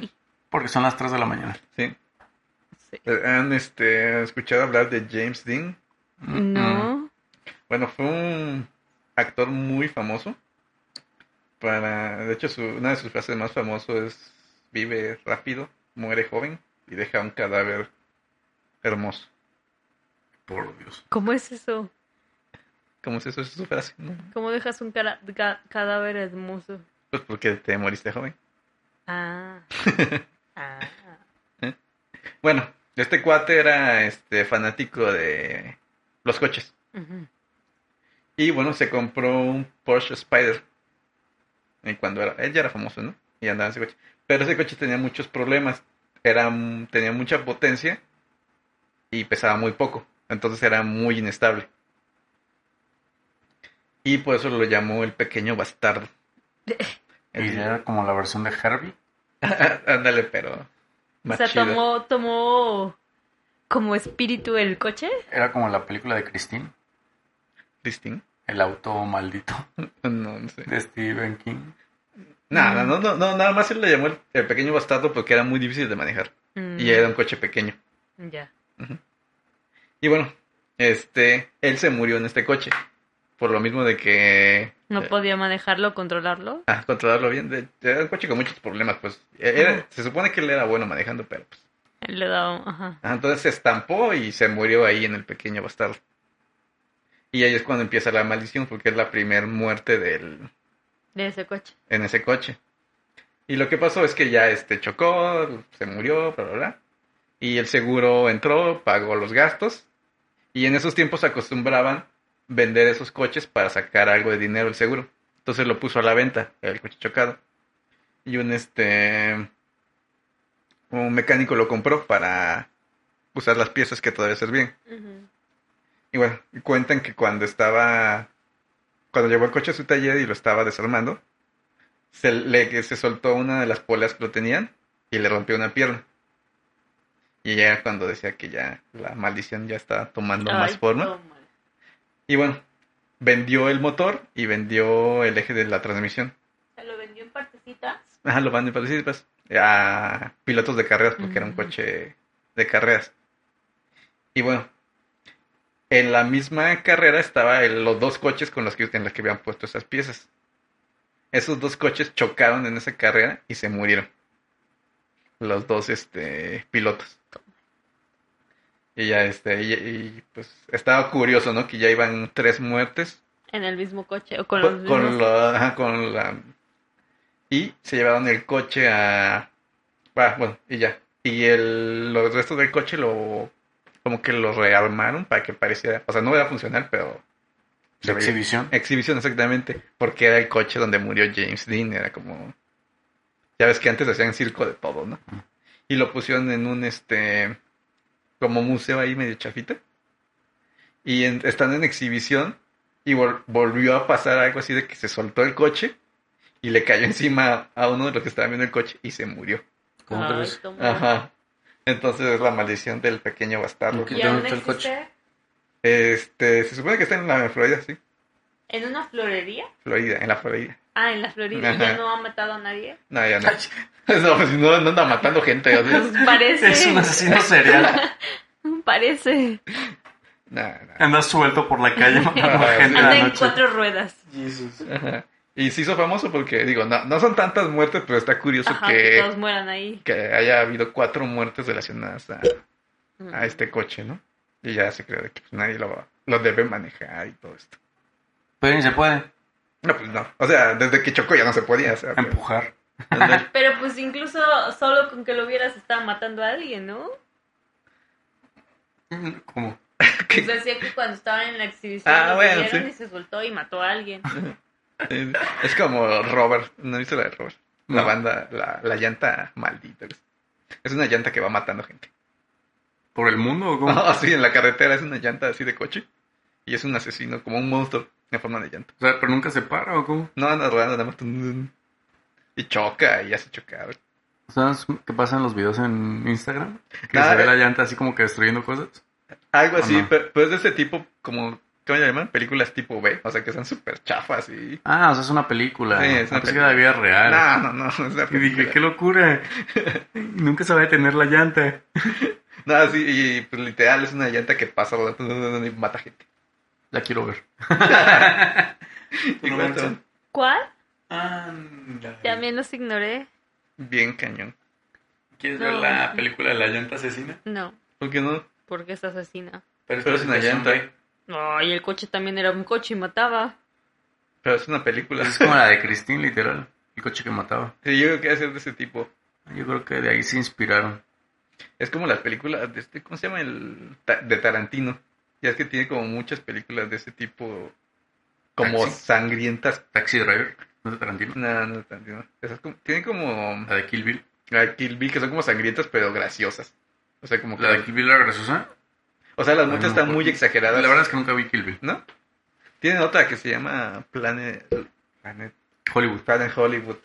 Porque son las 3 de la mañana.
Sí.
Sí.
¿Han este, escuchado hablar de James Dean?
Mm,
No.
Bueno, fue un actor muy famoso. Para, de hecho, su- una de sus frases más famosas es vive rápido, muere joven y deja un cadáver hermoso.
Por Dios.
¿Cómo es eso?
¿Cómo si eso es su frase? ¿no?
¿Cómo dejas un cara- ca- cadáver hermoso?
Pues porque te moriste joven. <laughs>
Ah. ah.
Bueno, este cuate era este fanático de los coches.
Ujú.
Y bueno, se compró un Porsche Spider. Y cuando era, él ya era famoso, ¿no? Y andaba en ese coche. Pero ese coche tenía muchos problemas. Era, mm, tenía mucha potencia y pesaba muy poco. Entonces era muy inestable. Y por eso lo llamó el pequeño bastardo.
Y era como la versión de Herbie.
<laughs> Ándale, pero
O
más
sea,
chido.
tomó, tomó como espíritu el coche.
Era como la película de Christine.
Distinct.
El auto maldito
No, no sé.
de Stephen King.
Nada, no, no, no, nada más se le llamó el, el pequeño bastardo porque era muy difícil de manejar.
Mm,
Y era un coche pequeño.
Ya.
Y bueno, este, él se murió en este coche. Por lo mismo de que...
No
eh,
podía manejarlo, controlarlo.
ah, controlarlo bien. de- era un coche con muchos problemas, pues. Eh, era-
Ajá.
Se supone que él era bueno manejando, pero pues...
Le daba. Ajá.
ah, Entonces se estampó y se murió ahí en el pequeño bastardo. Y ahí es cuando empieza la maldición porque es la primer muerte del,
De ese coche.
en ese coche. Y lo que pasó es que ya este chocó, se murió, bla, bla, bla. Y el seguro entró, pagó los gastos. Y en esos tiempos acostumbraban vender esos coches para sacar algo de dinero el seguro. Entonces lo puso a la venta, el coche chocado. Y un este un mecánico lo compró para usar las piezas que todavía servían.
Ujú.
Y bueno, cuentan que cuando estaba, cuando llevó el coche a su taller y lo estaba desarmando, se le se soltó una de las poleas que lo tenían y le rompió una pierna. Y ya era cuando decía que ya la maldición ya estaba tomando más
Ay,
forma.
tómala.
Y bueno, vendió el motor y vendió el eje de la transmisión.
Se lo vendió en partecitas.
Ajá, lo van a participas a pilotos de carreras porque era un
Ujú.
coche de carreras. Y bueno, en la misma carrera estaba el- los dos coches con los que en los que habían puesto esas piezas. Esos dos coches chocaron en esa carrera y se murieron. Los dos este pilotos. Y ya este y, y, pues estaba curioso, ¿no? Que ya iban tres muertes
En el mismo coche. O con los
con, con
mismos.
la, ajá, con la- Y se llevaron el coche a... ah, bueno, y ya. Y el, los restos del coche lo... Como que lo rearmaron para que pareciera... O sea, no iba a funcionar, pero...
De
se veía-
exhibición.
Exhibición, exactamente. Porque era el coche donde murió James Dean. Era como... Ya ves que antes hacían circo de todo, ¿no? Y lo pusieron en un, este... Como museo ahí medio chafita. Y en- están en exhibición. Y vol- volvió a pasar algo así de que se soltó el coche. Y le cayó encima a uno de los que estaban viendo el coche. Y se murió.
¿Cómo
Ay, <laughs>
crees?
tómala.
Ajá. Entonces es la maldición del pequeño bastardo.
Ok.
¿Y
¿Dónde
aún
está el
existe?
coche?
Este, se supone que está en la Florida, sí.
¿En una florería?
Florida, en la Florida.
Ah, en la Florida. ¿Y ¿Ya
Ajá.
no ha matado a nadie?
<laughs> No, ya
<laughs>
no. <laughs> No, pues, no, no anda matando gente. o sea,
Pues parece.
Es un asesino serial.
<laughs> Parece.
no, no.
Anda suelto por la <laughs> calle matando
Ah,
gente en
Anda
la
en
noche.
cuatro ruedas.
Jesus.
Ajá. Y se hizo famoso porque, digo, no, no son tantas muertes, pero está curioso
Ajá, que todos
que,
mueran ahí.
que haya habido cuatro muertes relacionadas a, a este coche, ¿no? Y ya se creó de que pues, nadie lo, va- lo debe manejar y todo esto.
Pero ni se puede
No, pues no. O sea, desde que chocó ya no se podía. O sea, pero-
empujar.
Pero pues incluso solo con que lo vieras estaba matando a
<laughs>
alguien, ¿no?
¿Cómo?
Pues decía que cuando estaban en la exhibición
Ah,
lo
bueno,
vieron
sí.
y se soltó y mató a alguien.
Eh, Es como Robert, ¿no viste la de Robert? La
No.
banda, la, la llanta maldita. Es una llanta que va matando gente.
¿Por el
<laughs>
mundo o cómo? O
Así en la carretera es una llanta así de coche. Y es un asesino, como un monstruo en forma de llanta.
sea, pero nunca se para o cómo.
No anda rodando, nada más. tun, tun. Y choca, y hace chocar.
¿Sabes qué pasa en los videos en Instagram? Que
Nada,
se ve
eh.
la llanta así como que destruyendo cosas.
Algo
¿O
así,
no?
pero, pero es de ese tipo, como, ¿cómo le llaman? Películas tipo B. O sea, que son súper chafas y...
Ah, o sea, es una película.
Sí,
Sí,
es una
que era de vida real.
No, no, no. <laughs> es una
Y dije,
película.
qué locura. Nunca se va a detener la llanta.
No, sí, y pues, literal es una llanta que pasa rodando tun, tun, tun, y mata gente.
La quiero ver.
<laughs> Igual
Roberto.
son
¿Cuál?
Ándale.
También los ignoré.
Bien cañón.
¿Quieres
No.
ver la película de la llanta asesina?
No,
¿Por qué no?
porque es asesina.
Pero,
Pero es una llanta.
No, y el coche también era un coche y mataba.
Pero es una película. <laughs>
<laughs> Es como la de Christine, literal. El coche que mataba.
Sí, yo creo que hacer de ese tipo.
Yo creo que de ahí se inspiraron.
Es como las películas de este, ¿cómo se llama? El, ta- de Tarantino. Ya es que tiene como muchas películas de ese tipo, como
Taxi.
sangrientas.
Taxi Driver, ¿no es de Tarantino?
No, no, Tarantino. Esas como- tienen como
La de Kill Bill.
a Kill Bill que son como sangrientas pero graciosas. O sea, como que,
La de Kill Bill era graciosa.
o sea, las muchas
Ay, no me
están
acuerdo.
muy
La
exageradas,
verdad es que nunca vi Kill Bill.
¿no? Tienen otra que se llama Planet Planet,
Hollywood.
Planet Hollywood.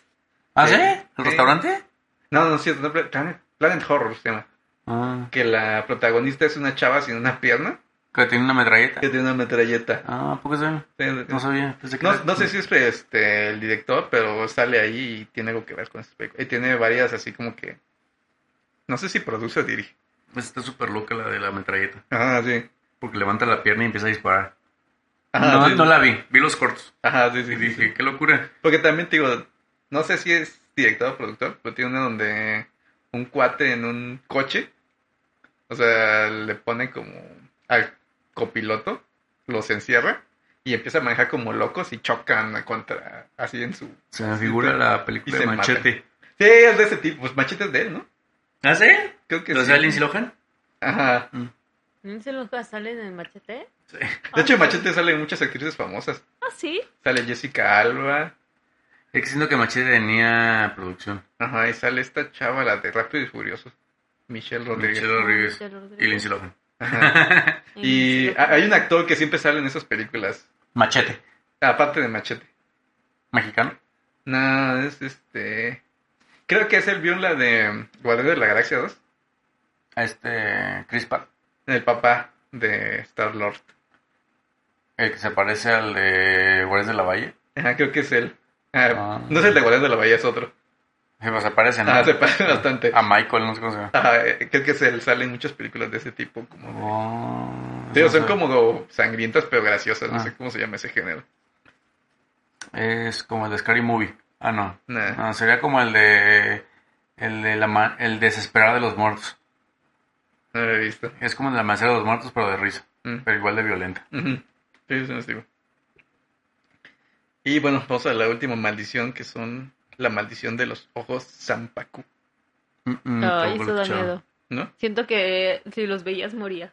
¿Ah,
Sí.
sí? ¿El
Sí.
restaurante?
No, no es cierto, no, Planet, Planet Horror se llama.
Ah,
Que la protagonista es una chava sin una pierna
que tiene una metralleta.
que tiene una metralleta.
Ah, ¿por qué saben? No sabía. Pensé que
No,
era-
no sé si es este, el director, pero sale ahí y tiene algo que ver con ese película. Y tiene varias así como que... No sé si produce o dirige.
Pues Está súper loca la de la metralleta.
Ajá, sí.
Porque levanta la pierna y empieza a disparar.
Ajá,
no,
Ah, sí,
no
sí.
la vi. Vi los cortos.
Ajá, sí, sí, sí,
Y
sí.
dije, qué locura.
Porque también te digo, no sé si es director o productor, pero tiene una donde un cuate en un coche, o sea, le pone como al copiloto, los encierra y empieza a manejar como locos y chocan contra, así en su...
Se me figura la película
Y
de
se
Machete.
Sí, es de ese tipo, pues machetes de él, ¿no?
¿Ah, sí?
Creo que
¿Los
sí.
de Lindsay Lohan?
Ajá.
¿No se los salen en el machete?
Sí.
De hecho, en Machete salen muchas actrices famosas.
Ah, sí.
Sale Jessica Alba,
Es que siento que Machete tenía producción.
ajá, y sale esta chava, la de Rápido y Furioso, Michelle Rodríguez.
Michelle Rodríguez.
Michelle
Y
Rodríguez.
Lindsay Lohan.
Ajá. Y
Lindsay
ha- hay un
Lohan.
actor que siempre sale en esas películas.
Machete.
Aparte de Machete.
Mexicano.
No, es este. Creo que es el vio en la de Guardián de la Galaxia 2.
A este Chris Pratt.
El papá de Star Lord.
El que se parece al de Guardias de la Valle.
Ajá, creo que es él. Ah,
Ah.
no es el de Guardián de la Bahía, es otro.
Se se parece, ¿no?
Ah, se parece bastante.
A Michael, no sé cómo se llama.
Ajá, eh, creo que es él. Sale en muchas películas de ese tipo. Como...
Oh,
Digo,
no
son
sé.
como sangrientas pero graciosas. No
Ah.
sé cómo se llama ese género.
Es como el de Scary Movie. Ah, no.
Nah.
No, sería como el de. El de la ma- el desesperado de los muertos.
No lo he visto.
Es como el de la macera de los muertos, pero de risa.
Mm.
Pero igual de violenta.
Ujú. Sí, eso nos digo. Y bueno, vamos a la última maldición que son la maldición de los ojos Zampacu,
Mm, mm,
Ay,
tampoco
eso
lo he
da
escuchado.
miedo.
¿no?
Siento que si los veías morías.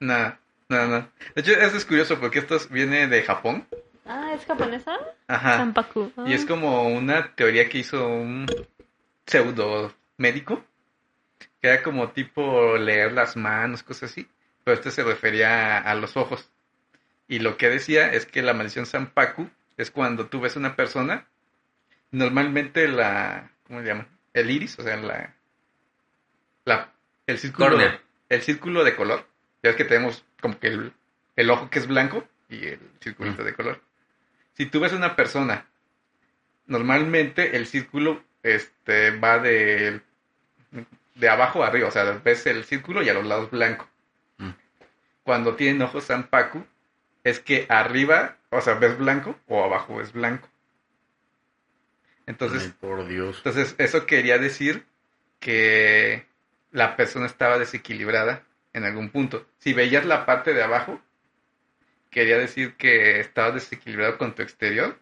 Nada, nada, nada. De hecho, eso es curioso porque esto es- viene de Japón.
Ah, ¿es japonesa?
Ajá.
Zampaku. Ah.
Y es como una teoría que hizo un pseudo médico, que era como tipo leer las manos, cosas así, pero este se refería a, a los ojos. Y lo que decía es que la maldición Sanpaku es cuando tú ves una persona, normalmente la, ¿cómo le llaman? El iris, o sea, la, la el círculo,
Córnea.
el círculo de color. Ya ves que tenemos como que el, el ojo que es blanco y el circulito
Mm.
de color. Si tú ves una persona normalmente el círculo este va de, de abajo a arriba, o sea, ves el círculo y a los lados blanco.
Mm.
Cuando tienen ojos Sanpaku, es que arriba, o sea, ves blanco o abajo es blanco. Entonces,
Ay, por Dios.
entonces eso quería decir que la persona estaba desequilibrada en algún punto. Si veías la parte de abajo, quería decir que estabas desequilibrado con tu exterior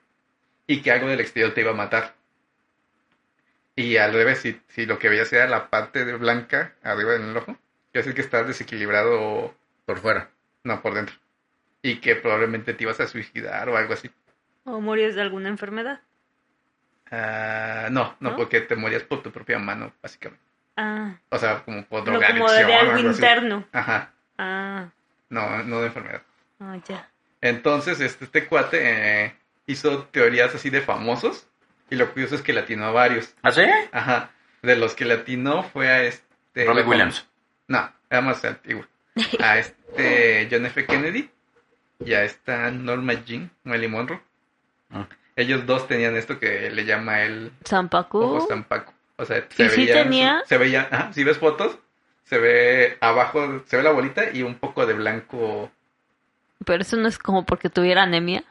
y que algo del exterior te iba a matar. Y al revés, si, si lo que veías era la parte de blanca arriba del ojo, quiere decir que estabas desequilibrado,
Por fuera.
no por dentro. Y que probablemente te ibas a suicidar o algo así.
O morías de alguna enfermedad.
Ah, no, no,
¿No?
porque te morías por tu propia mano, básicamente.
Ah,
O sea, como por
no
drogadicción
como de
o
algo
algo así.
interno.
Ajá,
Ah,
no, no de enfermedad.
ah, ya.
Entonces, este, este cuate eh, hizo teorías así de famosos. Y lo curioso es que latinó a varios.
¿Ah, sí?
Ajá. De los que latinó fue a este.
Robbie
loco-
Williams. <laughs>
No, era más antiguo. A este John F. Kennedy y a esta Norma Jean, Marilyn Monroe.
Ah.
Ellos dos tenían esto que le llama el ojos
Zampaku.
Tampaco. O sea,
¿Y sí
veían-
tenía?
se veía, ajá, si ves fotos, se ve abajo, se ve la bolita y un poco de blanco
Pero eso no es como porque tuviera anemia.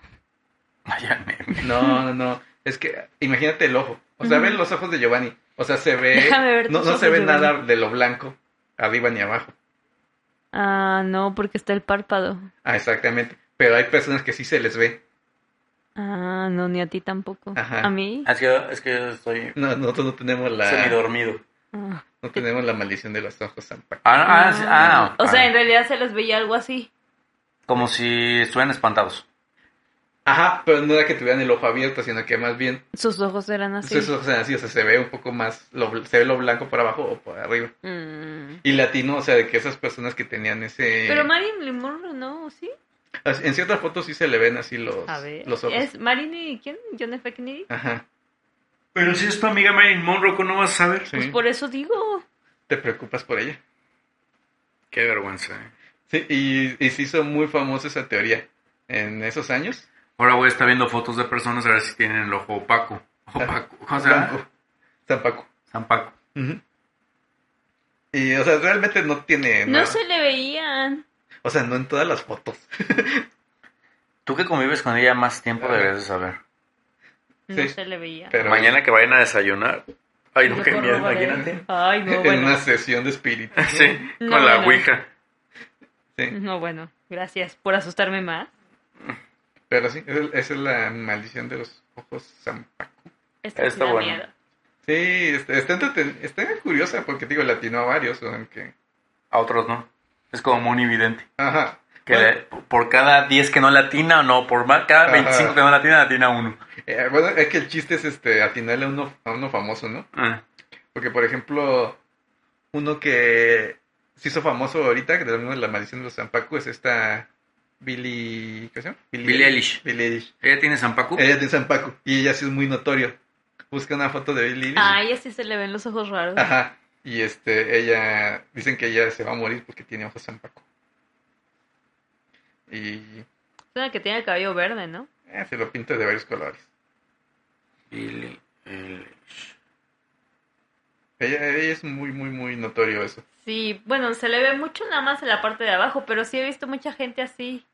Ay, anemia.
No, no, no. Es que imagínate el ojo. O sea,
Ujú.
ven los ojos de Giovanni. O sea, se ve.
Déjame ver
no
tus
no se
ojos,
ve
Giovanni.
nada de lo blanco, arriba ni abajo.
Ah, no, porque está el párpado.
Ah, exactamente. Pero hay personas que sí se les ve.
Ah, no, ni a ti tampoco.
Ajá. Ah,
A mí.
Es que, es que yo estoy
No, nosotros no tenemos la,
semidormido.
Ah.
no tenemos la maldición de los ojos Zampa.
Ah, ah, sí, ah,
o sea,
ah.
en realidad se les veía algo así.
Como si estuvieran espantados.
Ajá, pero no era que tuvieran el ojo abierto, sino que más bien
Sus ojos eran así.
sus ojos eran así, o sea, se ve un poco más, lo bl- se ve lo blanco por abajo o por arriba.
Mm.
Y latino, o sea, de que esas personas que tenían ese...
Pero Marilyn Monroe no, ¿o ¿sí?
En ciertas fotos sí se le ven así los,
A ver.
los ojos.
¿Es Marilyn y quién? ¿John F. Kennedy?
Ajá,
Pero si es tu amiga Marilyn Monroe, ¿cómo no vas a saber?
sí.
Pues por eso digo.
Te preocupas por ella.
Qué vergüenza. ¿eh?
Sí, y, y se hizo muy famosa esa teoría en esos años.
Ahora voy a estar viendo fotos de personas a ver si tienen el ojo opaco. Opaco. ¿Cómo se llama?
Blanco. San Paco.
San Paco.
Ujú. Y, o sea, realmente no tiene
No
nada.
se le veían.
O sea, no en todas las fotos.
Tú que convives con ella más tiempo deberías de saber.
No
Sí.
se le veía.
Pero
Mañana que vayan a desayunar. Ay, no,
Yo
qué miedo,
<laughs>
corroboré.
imagínate.
Ay, eh. no,
en
bueno.
una sesión de espíritu.
<laughs> Sí,
No,
con la
no.
ouija.
Sí,
No, bueno. Gracias por asustarme más.
pero sí, esa es- esa es la maldición de los ojos San Paco.
Esto sí
Está
da
bueno.
miedo.
Sí, está, está, entreten- está curiosa porque, digo, latino a varios, aunque...
A otros no. Es como muy evidente.
Ajá.
Que
Bueno,
le- por cada 10 que no latina o no, por más, cada
Ajá.
25 que no latina, latina uno.
eh, bueno, es que el chiste es este, atinarle a uno, a uno famoso, ¿no?
Ah,
Porque, por ejemplo, uno que se hizo famoso ahorita, que también es la maldición de los Zampacos, es esta Billy... ¿Qué se llama?
Billie Eilish. Uh.
Billie Eilish.
¿Ella tiene San Paco?
Ella es de Zampaco y ella sí es muy notorio. Busca una foto de Billie Eilish.
Ay, así se le ven los ojos raros.
Ajá. Y este, ella, dicen que ella se va a morir porque tiene ojos Zampaco. Y
Suena que tiene el cabello verde, ¿no?
eh, se lo pinta de varios colores.
Billie Eilish.
Ella, ella es muy, muy, muy notorio eso.
Sí, bueno, se le ve mucho nada más en la parte de abajo, pero sí he visto mucha gente así.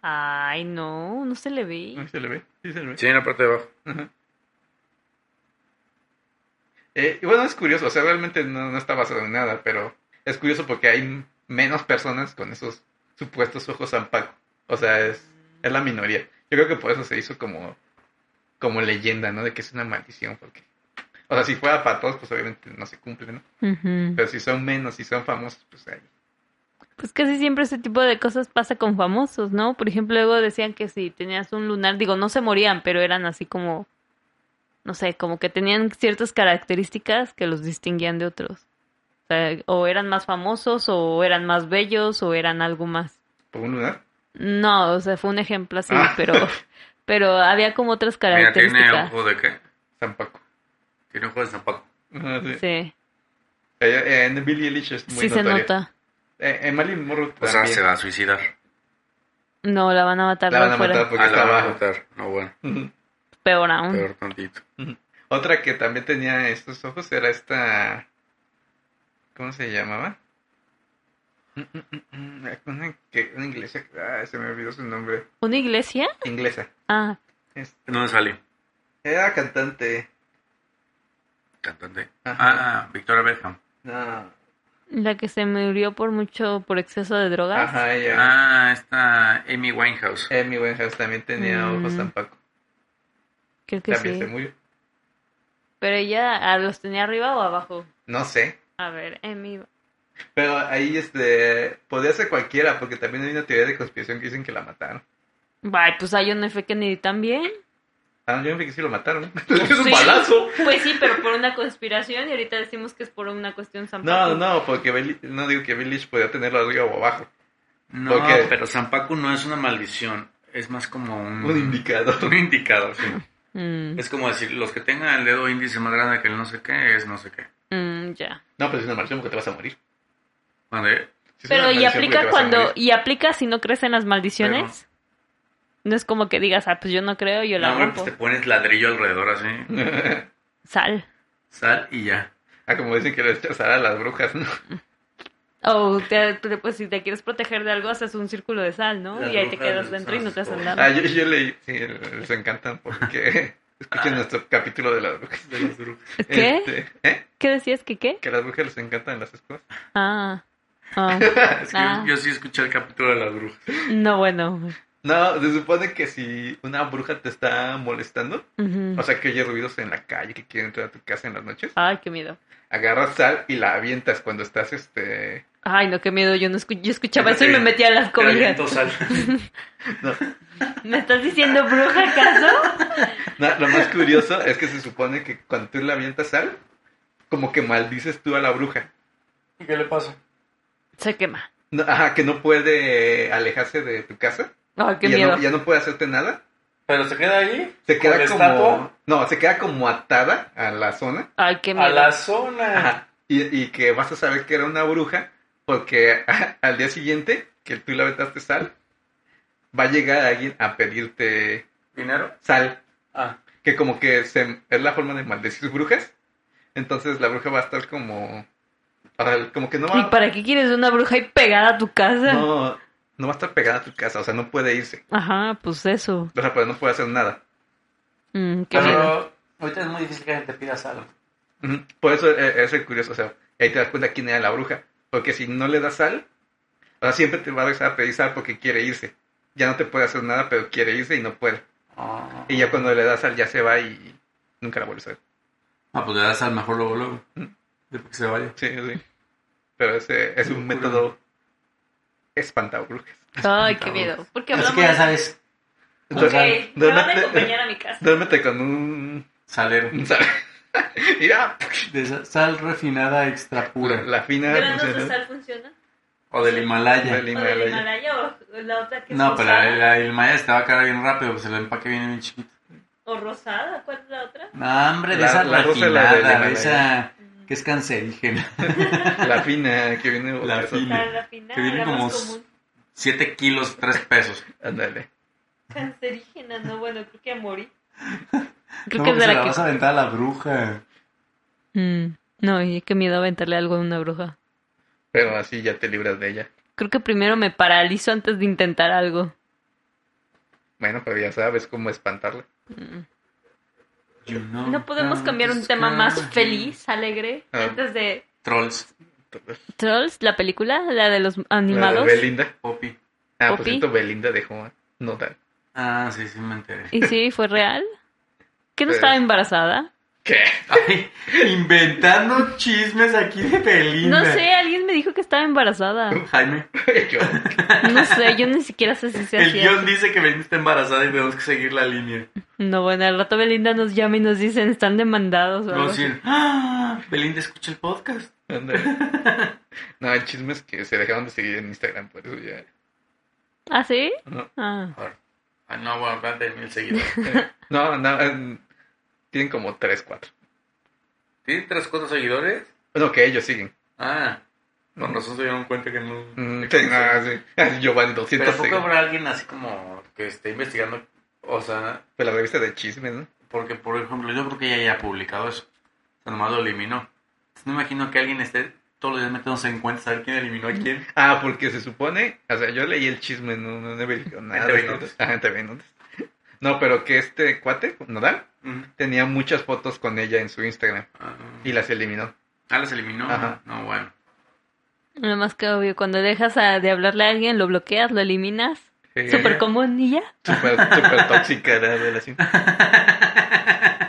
Ay, no, no se le
Ay,
ve.
¿Se le ve? Sí, se le ve.
Sí, en la parte de abajo.
Ajá. Eh, y bueno, es curioso, o sea, realmente no, no está basado en nada, pero es curioso porque hay menos personas con esos supuestos ojos zampaco. O sea, es, es la minoría. Yo creo que por eso se hizo como, como leyenda, ¿no? De que es una maldición, porque... O sea, si fuera para todos, pues obviamente no se cumple, ¿no?
Ujú.
Pero si son menos, si son famosos, pues ahí.
Pues casi siempre ese tipo de cosas pasa con famosos, ¿no? Por ejemplo, luego decían que si tenías un lunar, digo, no se morían, pero eran así como, no sé, como que tenían ciertas características que los distinguían de otros. O, sea, o eran más famosos, o eran más bellos, o eran algo más.
Por un lunar.
No, o sea, fue un ejemplo así,
Ah. <laughs>
pero, pero había como otras
Mira,
características.
¿tiene ojo de qué?
Zampaco.
Tiene ojo de San Paco.
Ajá, Ah, sí.
Sí,
Ella- eh, en Billie Eilish es muy
sí se
notoria.
nota.
Eh, en Marilyn Monroe
O sea,
también.
Pues, ah, se va a suicidar.
No, la van a matar
La
de
van a
afuera.
matar porque
Ah, la
está
van a
abajo.
matar. No, bueno,
Ujú.
Peor aún.
peor tantito.
Otra que también tenía estos ojos era esta. ¿Cómo se llamaba? Mm, mm, mm, mm, Una, que- una inglesa. Ah, se me olvidó su nombre.
¿Una iglesia?
Inglesa.
Ah,
Es-
¿De dónde salió?
Era cantante.
Cantante.
Ajá.
Ah, ah, Victoria Beckham.
No.
la que se murió por mucho, por exceso de drogas.
Ajá, ella. Eh,
Ah, esta Amy Winehouse.
Amy Winehouse también tenía
Mm.
ojos tampoco.
Creo que
También
sí.
se murió.
Pero ella ah, los tenía arriba o abajo.
No sé.
A ver, Emi.
Pero ahí este. Podría ser cualquiera, porque también hay una teoría de conspiración que dicen que la mataron.
Bye, pues hay un F. Kennedy también.
Ah, yo me que sí lo <laughs> mataron. Le puso un
Sí.
balazo.
Pues sí, pero por una conspiración y ahorita decimos que es por una cuestión
No,
zampata.
no, no, porque Billie- no digo que Billie Eilish podía tenerlo arriba o abajo.
No,
¿Por qué?
pero San Paco no es una maldición. Es más como un,
Un indicador.
un indicador, sí.
Mm,
Es como decir, los que tengan el dedo índice más grande que el no sé qué, es no sé qué.
mm, ya.
<laughs> No, pero es una maldición porque te vas a morir.
Vale.
Sí, es una
Pero y
maldición porque
aplica
te vas a
cuando
morir.
y aplica si no crees en las maldiciones. No es como que digas, ah, pues yo no creo, yo la
No, hombre,
rompo.
pues te pones ladrillo alrededor así, <laughs>
Sal.
sal y ya.
ah, como dicen que rechazar a las brujas, ¿no?
O te, te- pues si te quieres proteger de algo, haces un círculo de sal, ¿no?
Las
y ahí te
brujas
quedas
del
dentro y no te
Santo.
hacen nada.
Ah, yo, yo leí, sí, les encanta porque <laughs> escuchen nuestro capítulo de las brujas.
De los grupos.
¿Qué?
Este, ¿eh?
¿Qué decías que qué?
Que a las brujas les encantan las escuelas.
Ah. Ah.
Es que
Ah.
yo sí escuché el capítulo de las brujas.
No, bueno.
No, se supone que si una bruja te está molestando,
Ujú.
o sea que oyes ruidos en la calle que quieren entrar a tu casa en las noches,
Ay, qué miedo.
agarras sal y la avientas cuando estás este
Ay, no, qué miedo. Yo no escu- yo escuchaba eso y me
Te-
metía a las
Te
cobijas.
aviento sal.
no,
¿Me estás diciendo bruja acaso?
no, lo más curioso es que se supone que cuando tú le avientas sal, como que maldices tú a la bruja.
¿Y <laughs> qué le pasa?
Se quema.
No, ajá, que no puede alejarse de tu casa.
Ay, qué
y ya,
miedo.
No, ya no puede hacerte nada.
¿Pero se queda ahí?
Se queda
¿Con la
como.
estatua?
No, se queda como atada a la zona.
Ay, qué
A
miedo.
la zona.
Ajá. Y, y que vas a saber que era una bruja, porque <laughs> al día siguiente que tú la aventaste sal, va a llegar alguien a pedirte
¿Dinero?
sal.
Ah.
Que como que se- es la forma de maldecir brujas. Entonces la bruja va a estar como. o sea, Como que no
¿Y
va,
para qué quieres una bruja y pegada a tu casa?
no, no va a estar pegada a tu casa, o sea, no puede irse.
Ajá, pues eso.
O sea, pero no puede hacer nada.
Mm, qué miedo.
Pero ahorita es muy difícil que alguien te pida sal.
Ujú. Por eso eh, es el curioso, o sea, ahí te das cuenta quién era la bruja. Porque si no le das sal, o sea, siempre te va a regresar a pedir sal porque quiere irse. Ya no te puede hacer nada, pero quiere irse y no puede.
Ah.
Y ya cuando le das sal ya se va y nunca la vuelves a ver.
Ah, pues le das sal mejor luego, luego. Después que se vaya.
Sí, sí. Pero ese es un
Locura.
método espantabrujas.
Ay, qué miedo. Porque
Así
hablamos.
que ya sabes,
Ok,
Duérmete-
me van a acompañar a mi casa.
Duérmete con un...
salero.
un sal. <laughs> y ya,
De esa sal refinada extra pura.
la fina
¿Granos de
funciona
sal funciona?
O del Himalaya.
del
¿O del
Himalaya.
Himalaya o la otra que es
No, pero
rosada?
el, el Himalaya se te va a caer bien rápido, pues el empaque viene bien chiquito.
¿O rosada? ¿Cuál es la otra?
No, hombre, de
La-
esa
la rosa es la
refinada,
del
de
Himalaya.
esa que es cancerígena.
La fina que viene...
La fina.
Mm, La, la final,
Que viene
la
como
más
s-
común.
7 kilos, 3 pesos.
Ándale.
Cancerígena, no, bueno, creo que a morir. <laughs> Creo
No,
que es
pues
de
se
la
la
que...
vas a aventar a la bruja.
Mm, no, y qué miedo aventarle algo a una bruja.
Pero así ya te libras de ella.
Creo que primero me paralizo antes de intentar algo.
Bueno, pero ya sabes cómo espantarla.
Mm.
You know pues,
¿No podemos
that
cambiar un
it's
tema más
coming.
feliz, alegre?
Ah.
Antes de
Trolls,
Trolls, la película, la de los
La de
animados.
Belinda.
Poppy.
Ah, por
Poppy.
cierto, Belinda dejó nota.
Ah, sí, sí me enteré.
¿Y sí, fue real? ¿Que no
Sí.
estaba embarazada?
<laughs> ¿Qué?
<laughs> Ay, inventando chismes aquí de Belinda.
No sé, alguien me dijo que estaba embarazada.
Jaime,
Yo,
No sé, yo ni siquiera sé si sea
el guión
cierto.
dice que Belinda está embarazada y tenemos que seguir la línea.
No, bueno, al rato Belinda nos llama y nos dicen, están demandados o algo
Luego
así.
decir, ah, Belinda escucha el podcast.
ándale. No, el chisme es que se dejaron de seguir en Instagram, por eso ya.
¿Ah, sí?
No,
Ah.
Ah, no, bueno, más de mil seguidores.
<laughs>
no, no, em, tienen como 3, 4.
¿Tienen tres, cuatro seguidores?
Bueno, que ellos siguen.
Ah, con razón se dieron cuenta que no...
Mm, sí, no, sí. Ah, Yo van
Pero
200
tampoco
seguidores.
habrá alguien así como que esté investigando, o sea,
Pues la revista de chismes, ¿no?
porque por ejemplo yo creo que ella ya ha publicado eso, o sea, nomás lo eliminó. Entonces, no me imagino que alguien esté todos los días metiéndose en cuenta a saber quién eliminó a quién.
Ah, porque se supone, o sea, yo leí el chisme, no, no, no he verificado nada.
TV Notas.
Ajá, en TV Notas. No, pero que este cuate, Nodal,
Ujú.
tenía muchas fotos con ella en su Instagram
Ah,
y las eliminó.
ah, las eliminó.
Ajá.
No, bueno.
Lo más que obvio, cuando dejas a- de hablarle a alguien, lo bloqueas, lo eliminas.
Sí.
Súper común y ya.
Súper, súper tóxica la relación.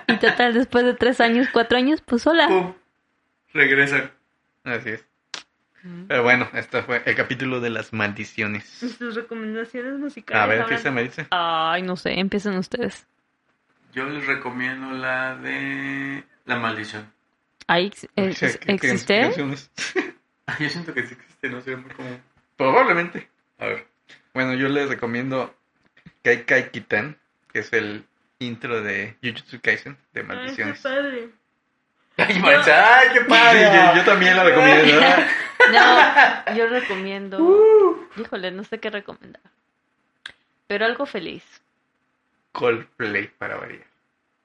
Y total, después de tres años, cuatro años, pues hola.
Pum. Regresa.
Así es. Pero bueno, este fue el capítulo de las maldiciones.
Sus recomendaciones musicales.
A ver, empieza Maritza.
Ay, no sé, empiecen ustedes.
Yo les recomiendo la de La Maldición.
Ahí ex- ex-
¿Qué- qué- qué
Eh, existe.
canciones?
Ah, Yo siento que sí existe, no sé, muy común.
Probablemente.
A ver.
Bueno, yo les recomiendo Kai Kai Kitan, que es el intro de Jujutsu Kaisen de maldiciones.
padre.
<laughs> Ay, Maritza, ay, qué <laughs> padre.
Sí, yo, yo también la recomiendo. ¿verdad?
No, yo recomiendo. Híjole, no sé qué recomendar. Pero algo feliz.
Coldplay para variar.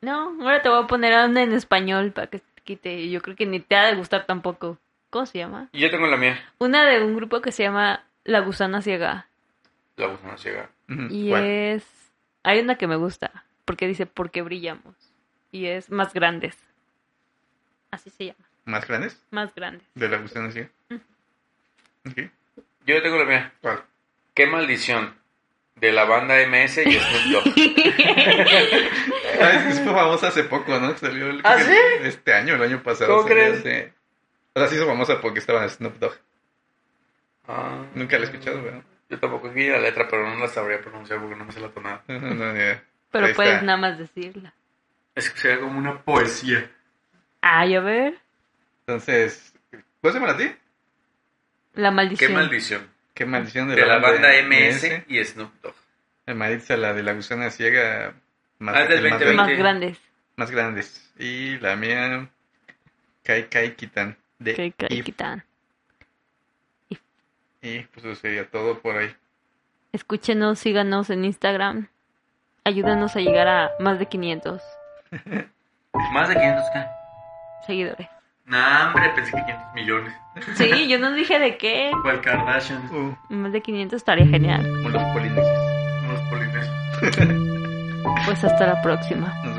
No, ahora te voy a poner a una en español para que se te quite. Yo creo que ni te ha de gustar tampoco. ¿Cómo se llama?
Yo tengo la mía.
Una de un grupo que se llama La Gusana Ciega.
La gusana ciega.
Y
Mm, ¿Cuál?
es. Hay una que me gusta, porque dice ¿Por qué brillamos? Y es Más Grandes. Así se llama,
¿Más grandes?
Más Grandes.
De la gusana ciega. Ok.
Yo tengo la mía.
¿Cuál?
Qué maldición. De la banda MS y Snoop Dogg.
Ah, es que fue famosa hace poco, ¿no? Salió el-
¿Ah, sí?
este año, el año pasado.
¿Cómo
salió,
crees?
sí. O sea, se hizo famosa porque estaba en Snoop Dogg.
<laughs> Ah.
Nunca la he escuchado, ¿verdad?
Yo tampoco escribí la letra, pero no la sabría pronunciar porque no me sé la tonada.
No, no, ni idea.
Pero
Ahí
puedes
está.
nada más decirla.
Es que sería como una poesía.
Ay, a ver.
Entonces, ¿cómo se llama la ti?
La
Qué
maldición.
maldición.
Qué maldición de,
De la banda MS
MS.
y Snoop Dogg.
El Maritza, la de la gusana ciega. Más,
Ah, del
el más,
2020.
grande- más
Más grandes.
grandes. Y la mía, Kai Kai Kitan. De
Que, que
If.
quitan.
Y pues eso sería todo por ahí.
Escúchenos, síganos en Instagram. Ayúdanos a llegar a más de 500
Más de 500k.
seguidores.
Nah, hombre, pensé que 500 millones.
Sí, yo no dije de qué.
¿Cuál Kardashian?
Uh,
Más de 500 estaría genial.
como los polinesios.
Los polinesios.
Pues hasta la próxima.
Nos